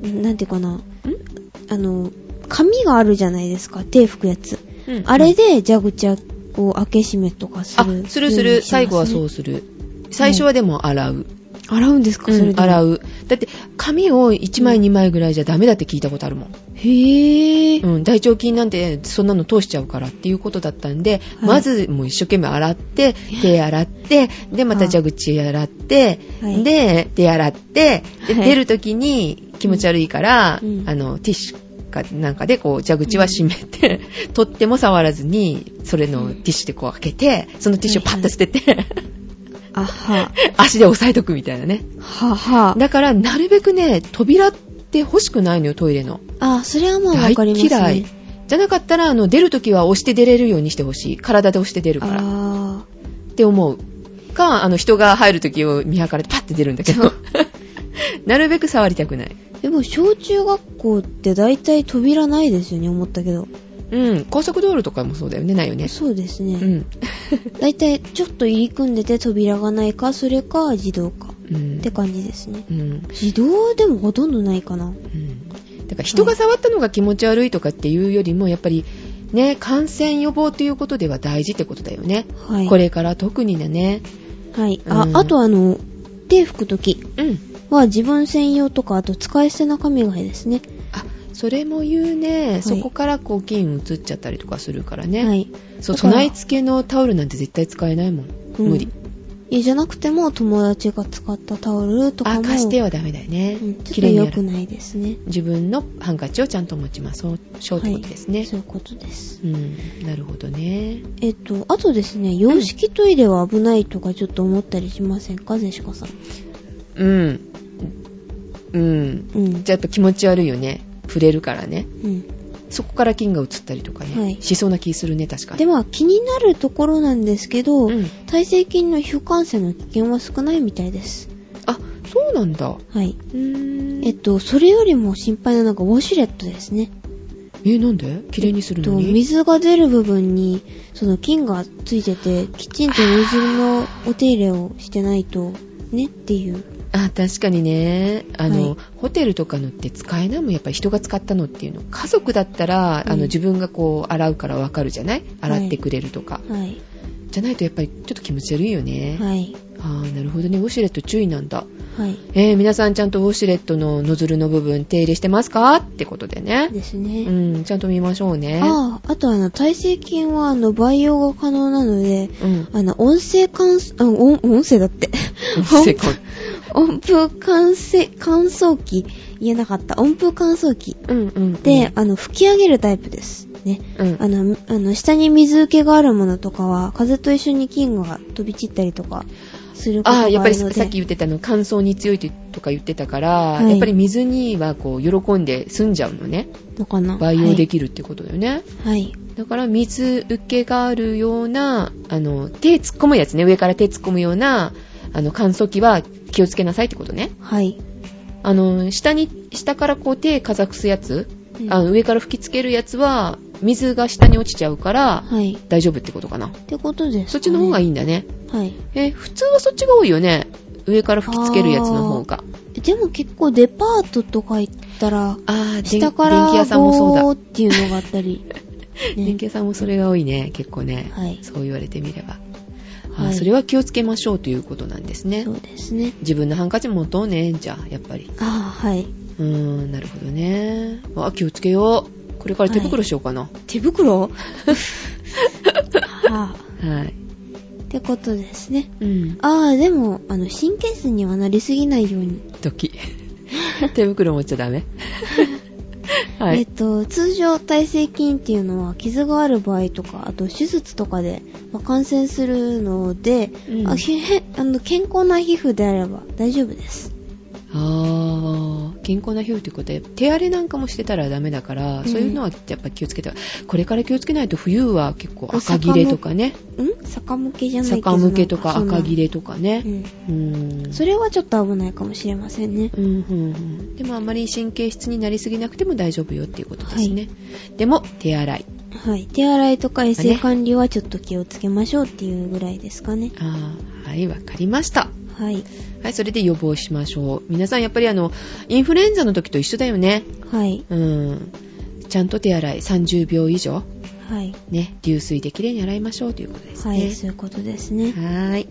なんていうかな、あの、紙があるじゃないですか、手拭くやつ。うんあれで蛇口を開け閉めとかすある。、。するする。最後はそううする。最初はでも洗う。洗うんですか、それうんで。洗う。う。だって、紙を1枚2枚ぐらいじゃダメだって聞いたことあるもん。へぇー。うん、大腸菌なんてそんなの通しちゃうからっていうことだったんで、はいまずもう一生懸命洗って、手洗って、で、また蛇口洗って、はいで、手洗って、で、はい出るときに気持ち悪いから、うんあの、ティッシュかなんかでこう蛇口は閉め て、取っても触らずに、それのティッシュでこう開けて、そのティッシュをパッと捨てて、 あは。足で押さえとくみたいなね。はは。だから、なるべくね、扉って欲しくないのよ、トイレの。あ、それはまあわ大かりますね。嫌い。じゃなかったら、あの、出るときは押して出れるようにしてほしい。体で押して出るから。っあて思う。か、あの、人が入るときを見計らってパッて出るんだけど。 なるべく触りたくない。でも小中学校って大体扉ないですよね思ったけどうん、高速道路とかもそうだよね、ないよね。そうですうね、ん。だいたいちょっと入り組んでて扉がないかそれか自動かうんって感じですねうん。自動でもほとんどないかなうんだから人が触ったのが気持ち悪いとかっていうよりも、やっぱりね、感染予防ということでは大事ってことだよね。はいこれから特にだね。はいうあ,、んあとあの手拭くときうん。は自分専用とかあと使い捨てな紙がいですねあ、それも言うね。いそこからこう菌移っちゃったりとかするからね。はいそう、だから備え付けのタオルなんて絶対使えないもん。うん無理。いやじゃなくても友達が使ったタオルとかあ、も貸してはダメだよねうん。ちょっ綺と麗に良やくる。ないですね自分のハンカチをちゃんと持ちましょうしょうってことですね。そういうことですうん、なるほどね。えっとあとですね洋式トイレは危ないとかちょっと思ったりしませんかゼシカさんうん。うん。うんじゃあやっぱ気持ち悪いよね。触れるからね。うんそこから菌が移ったりとかね。はいしそうな気するね、確かに。でまあ気になるところなんですけど、うん耐性菌の皮膚感染の危険は少ないみたいですあ、そうなんだ。うはいーん。えっとそれよりも心配なのがウォシュレットですねえ、なんで綺麗にするのえっとに、水が出る部分にその菌がついててきちんと水のお手入れをしてないとねっていうあ、確かにね。あの、はいホテルとかのって使えないもん。やっぱり人が使ったのっていうの。家族だったら、うんあの、自分がこう、洗うからわかるじゃない洗ってくれるとか。はいじゃないとやっぱりちょっと気持ち悪いよね。はいあーなるほどね。ウォシュレット注意なんだ。はいえー皆さんちゃんとウォシュレットのノズルの部分手入れしてますかってことでね。ですうね、ん、ちゃんと見ましょうね。あああとあの耐性菌はあの培養が可能なのでうん。あの音声乾燥あ音音声だってせこ音符乾燥乾燥機言えなかった音符乾燥機うんうんうん。で、、あの吹き上げるタイプですねうん。あのあの下に水受けがあるものとかは風と一緒に菌が飛び散ったりとかすることあがああ、るのでやっぱりさっき言ってたの、乾燥に強いとか言ってたから、いやっぱり水にはこう、喜んで済んじゃうのね。のかな培養できるってことだよね。はい、はいだから、水受けがあるような、あの、手突っ込むやつね、上から手突っ込むような、あの、乾燥機は気をつけなさいってことね。はいあの、下に、下からこう手かざくすやつ、うんあの上から吹きつけるやつは、水が下に落ちちゃうから、はいっ大丈夫ってことかな。てことですかね、そっちの方がいいんだね。はいえ、普通はそっちが多いよね。上から吹きつけるやつの方が。でも結構デパートとか行ったらあー、で下から電気屋さんもそう棒だ。っていうのがあっ たり、電ね、気屋さんもそれが多いね、結構ね。はいそう言われてみれば。あーはいそれは気をつけましょうということなんですねそ。うですね自分のハンカチ持とうね、じゃあ、やっぱり。ああはいうーん、なるほどね。あ、気をつけよう。これから手袋しようかな。手袋はあ はい。ってことですねうん。ああでもあの神経質にはなりすぎないように時 手袋持っちゃダ メはえっい、と、通常、耐性菌っていうのは、傷がある場合とか、あと手術とかで、まあ感染するので、うんあひへあの健康な皮膚であれば大丈夫です。あー健康な皮膚ということで手荒れなんかもしてたらダメだから、うんそういうのはやっぱ気をつけてこれから気をつけないと冬は結構赤切れとかねん逆向けじゃないけど坂向けとか赤切れ。れとかうねん。うんそれはちょっと危ないかもしれませんね。うんうんうんでもあんまり神経質になりすぎなくても大丈夫よっていうことですね、でも手洗いはい。手洗いとかま衛あ生ね管理はちょっと気をつけましょうっていうぐらいですかね。あーはいわかりましたはい。はいそれで予防しましょう皆さんやっぱりあのインフルエンザの時と一緒だよねはい。うん。ちゃんと手洗い、30秒以上、はい。ね、流水できれいに洗いましょうということですはね。い。そういうことですね。はーい。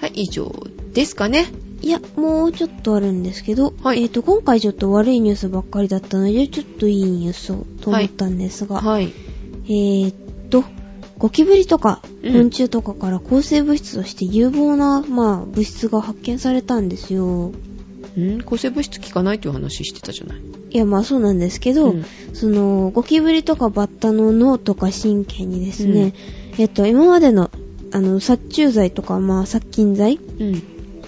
はい、以上ですかね。いや、もうちょっとあるんですけど、はいえっ、と、今回ちょっと悪いニュースばっかりだったので、ちょっといいニュースをと思ったんですが、はい。えっと、ゴキブリとかうん昆虫とかから抗生物質として有望な、まあ、物質が発見されたんですよ。うん、抗生物質効かないという話してたじゃない。いや、まあそうなんですけど、うんその、ゴキブリとかバッタの脳とか神経にですね、えっと、今までの、あの、殺虫剤とか、まあ、殺菌剤うん。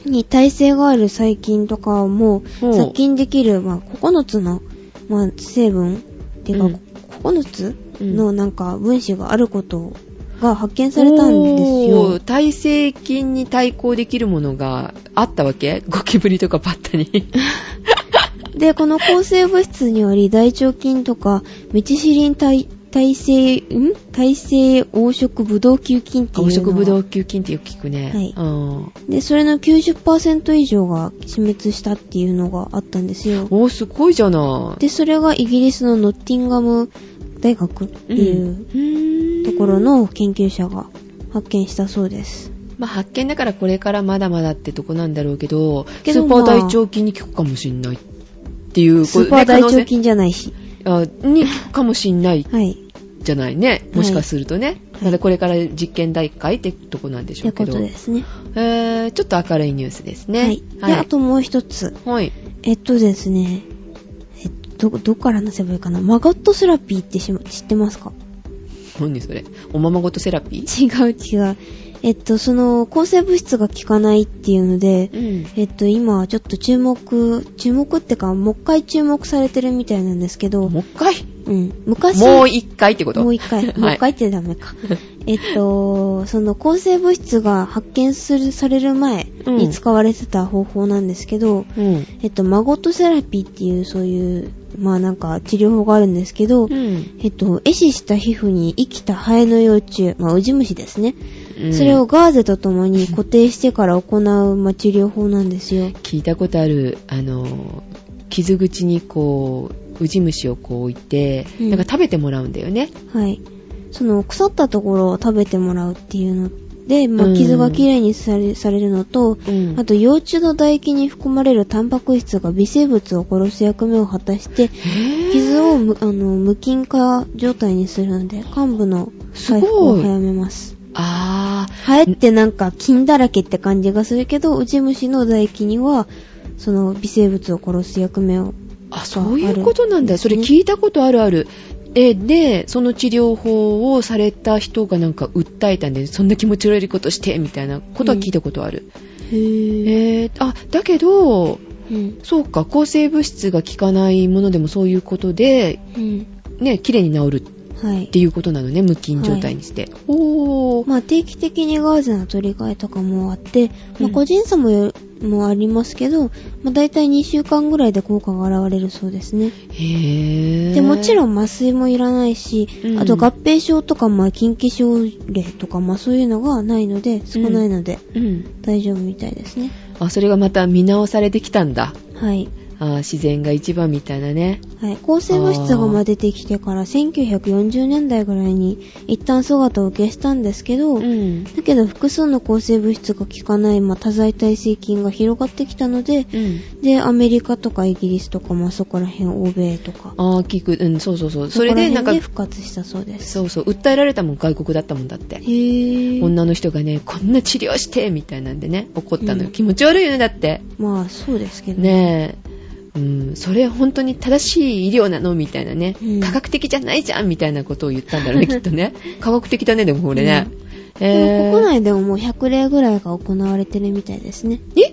に耐性がある細菌とかもほう殺菌できる、まあ、9つの、まあ、成分っていうか、うん9つのなんか分子があることをが発見されたんですおよー。耐性菌に対抗できるものがあったわけゴキブリとかバッタ に。で、この抗生物質により大腸菌とかメチシリン耐耐性、ん耐性黄色ブドウ球菌っていうの黄は色ブドウ球菌ってよく聞くね。はいうんで、それの90%以上が死滅したっていうのがあったんですよ。おー、すごいじゃない。で、それがイギリスのノッティンガム大学っていううんところの研究者が発見したそうです。まあ、発見だからこれからまだまだってとこなんだろうけど、けスどーパまーあ大腸菌に効くかもしんないっていうことスーパー大腸菌じゃないし。可能性あに効くかもしんないはい。じゃないね。もしかするとね。はいまだこれから実験大会ってとこなんでっしょてうけこど。とですね。えー、ちょっと明るいニュースですね。はい。で、あともう一つ。はい。えっとですね。えっと、ど、どっから話せばいいかな。マガットセラピーってし知ってますか何それおままごとセラピー違う違う。えっと、その、抗生物質が効かないっていうので、うん。えっと、今、ちょっと注目、注目ってか、もう一回注目されてるみたいなんですけど、もう一回うん。昔、もう一回ってこともう一回、はいもう一回ってダ メか。えっと、その抗生物質が発見する、される前に使われてた方法なんですけど、うん。えっと、マゴットセラピーっていう、そういう、まあなんか治療法があるんですけど、うん。えっと、壊死した皮膚に生きたハエの幼虫、まあ、ウジ虫ですね。うんそれをガーゼとともに固定してから行う、まあ、治療法なんですよ。聞いたことある、あの、傷口にこう、ウジ虫をこう置いて、うんなんか食べてもらうんだよね。はい。その腐ったところを食べてもらうっていうので、まうあ、ん傷がきれいにされ,、されるのと、うんあと幼虫の唾液に含まれるタンパク質が微生物を殺す役目を果たして、傷をむあの無菌化状態にするので、患部の回復すごをい早めます。あハエってなんか菌だらけって感じがするけど、ウジ虫の唾液には、その微生物を殺す役目をー、あ、そういうことなんだ。それ聞いたことあるある。え、で、その治療法をされた人がなんか訴えたんで、そんな気持ち悪いことして、みたいなことは聞いたことある。へえー、あ、だけど、うん。そうか、抗生物質が効かないものでもそういうことで、うん。ね、綺麗に治るっはいて。いうことなのね、無菌状態にして。おー、まあ、定期的にガーゼの取り替えとかもあって、うまあ、ん個人差もよ、もありますけど、まあ、大体2週間ぐらいで効果が現れるそうですね。へー。で、もちろん、ん麻酔もいらないし、うんあと合併症とか、まあ、近畿症例とか、まあ、そういうのがないので、少ないので、うん。大丈夫みたいですね。あ、それがまた見直されてきたんだ。はい。あー自然が一番みたいなね。はい、抗生物質がまあ出てきてから1940年代ぐらいに一旦姿を消したんですけど、ん。だけど複数の抗生物質が効かない、まあ、多剤耐性菌が広がってきたので、うん。で、アメリカとかイギリスとか、まあ、そこら辺、欧米とか、あー、聞く、うん、そうそうそう。それこらで、辺なんか、復活したそうです。そうそう、訴えられたもん、外国だったもんだってへ。ぇ女の人がね、こんな治療してみたいなんでね、怒ったのよ。うん気持ち悪いよね、だって。まあ、そうですけどね。ねえ、うん、それ本当に正しい医療なのみたいなね、うん科学的じゃないじゃんみたいなことを言ったんだ ろうね、きっとね。科学的だね、でもこれね。でえーも国内でももう100例ぐらいが行われてるみたいですね。え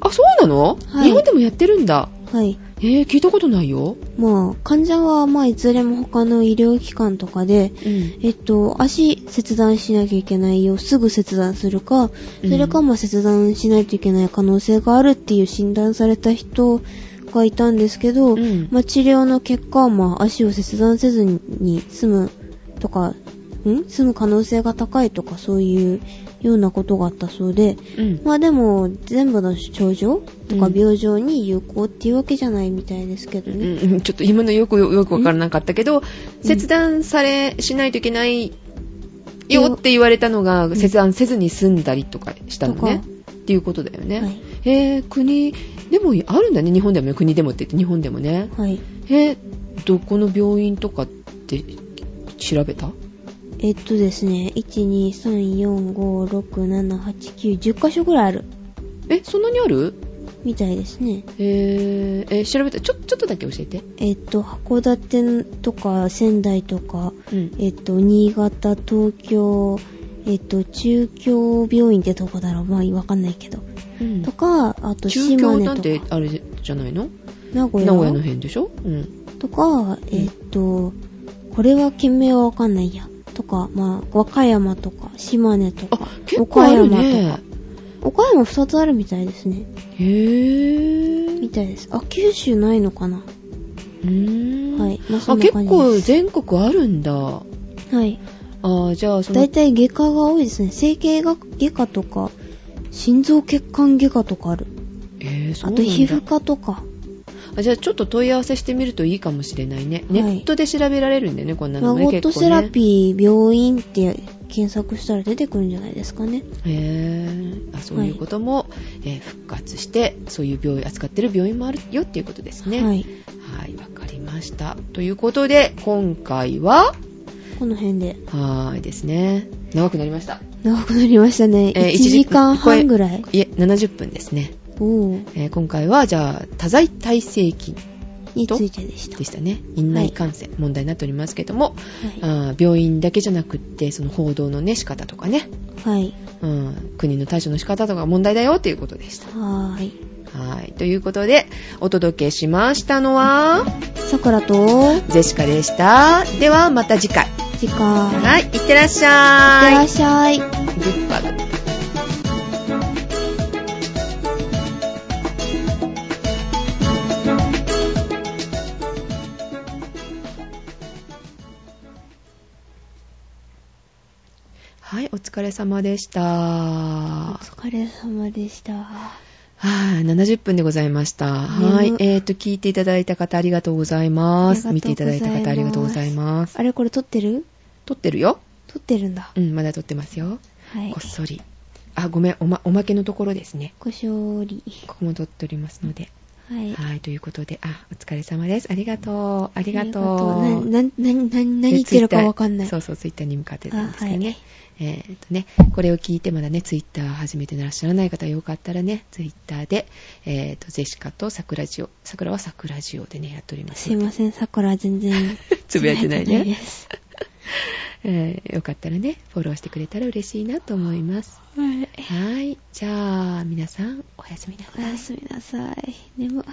あ、そうなの、はい日本でもやってるんだ。はい。えー、聞いたことないよ。まあ、患者は、まあ、いずれも他の医療機関とかで、うん。えっと、足切断しなきゃいけないよ、すぐ切断するか、うんそれかまあ切断しないといけない可能性があるっていう診断された人がいたんですけど、うんまあ治療の結果、まあ足を切断せずに済むとか、ん済む可能性が高いとかそういうようなことがあったそうで、うん。まあでも全部の症状とうかん病状に有効っていうわけじゃないみたいですけどうんね。うんちょっと今のよく、よくわからなかったけど、切断され、しないといけないよって言われたのが、ん切断せずに済んだりとかしたのねと。っていうことだよね。はい。へえ、国でもあるんだね、日本でもね、国でもって言って、日本でもね。はい。へえ、どこの病院とかって調べたえっとですね、1、2、3、4、5、6、7、8、9、10箇所ぐらいあるえ、そんなにあるみたいですね。へえ、え、調べた。ちょ、ちょっとだけ教えて。えっと、函館とか仙台とか、うん。えっと、新潟、東京、えっと、中京病院ってとこだろう。まあ、わかんないけど。うんとか、あと、中島京根なんてとか、あれじゃないの名古名屋古屋の辺でしょうん。とか、えっと、これは県名はわかんないや。とか、まあ、和歌山とか、島根とかあ、結構あるね。岡山2つあるみたいですね。へぇみたいです。あ、九州ないのかなー。はいまあそあ、んな結感じです構全国あるんだ。あはい。ーじゃあ、その大、体外科が多いですね。整形が外科とか、心臓血管外科とかある。えー、そあうなんとだ皮膚科とか。あじゃあちょっと問い合わせしてみるといいかもしれないね。はネいットで調べられるんだよね、こんなマのね。ゴット結構セねラピー、病院って検索したら出てくるんじゃないですかね。へーあそういうことも、えー復活してそういう病院扱ってる病院もあるよっていうことですねははいい。わ、かりましたということで今回はこの辺で。はーいですね長くなりました長くなりましたね。えー1時間半ぐらい。いえ70分ですね、おーえー今回はじゃあ多剤耐性菌についてでした。でしたね院内感染、問題になっておりますけども、はあー病院だけじゃなくってその報道のね仕方とかね、い。はい。うん、国の対処の仕方とか問題だよっていうことでしたはーい。はい。ということで、お届けしましたのは、さくらと、ゼシカでした。では、また次回。次回。い。いっはい。いってらっしてらゃっい。しゃい。ジッパーだはい、お疲れ様でした。おは疲れ様でした。い、70分でございました。はい眠、えっ、と、聞いていただいた方ありがとうございます。あり見がてとういごたざだいますいた方ありがとうございます。あれこれ撮ってる撮ってるよ。撮ってるんだ。うん、まだ撮ってますよ。はいこっ。そり。あ、ごめん、おま、おまけのところですね。ご勝利。ここも撮っておりますので。はい。はい、ということで、あ、お疲れ様です。ありがとう。あありがとう。な、な、な、な、何言ってるかわかんない。でツイッターそうそう、ツイッターに向かってたんですけどあはねい。えーっとね、これを聞いてまだね、ツイッター始めていらっしゃらない方、よかったらね、ツイッターで、えーっと、ゼシカと桜ジオ、桜は桜ジオでね、やっておりますすいので。。ません、さくら全然 つぶやいてないねつぶやですえーよかったらね、フォローしてくれたら嬉しいなと思います。はい。はい。じゃあ、皆さん、おやすみなおさいや。すみなさい。眠っ。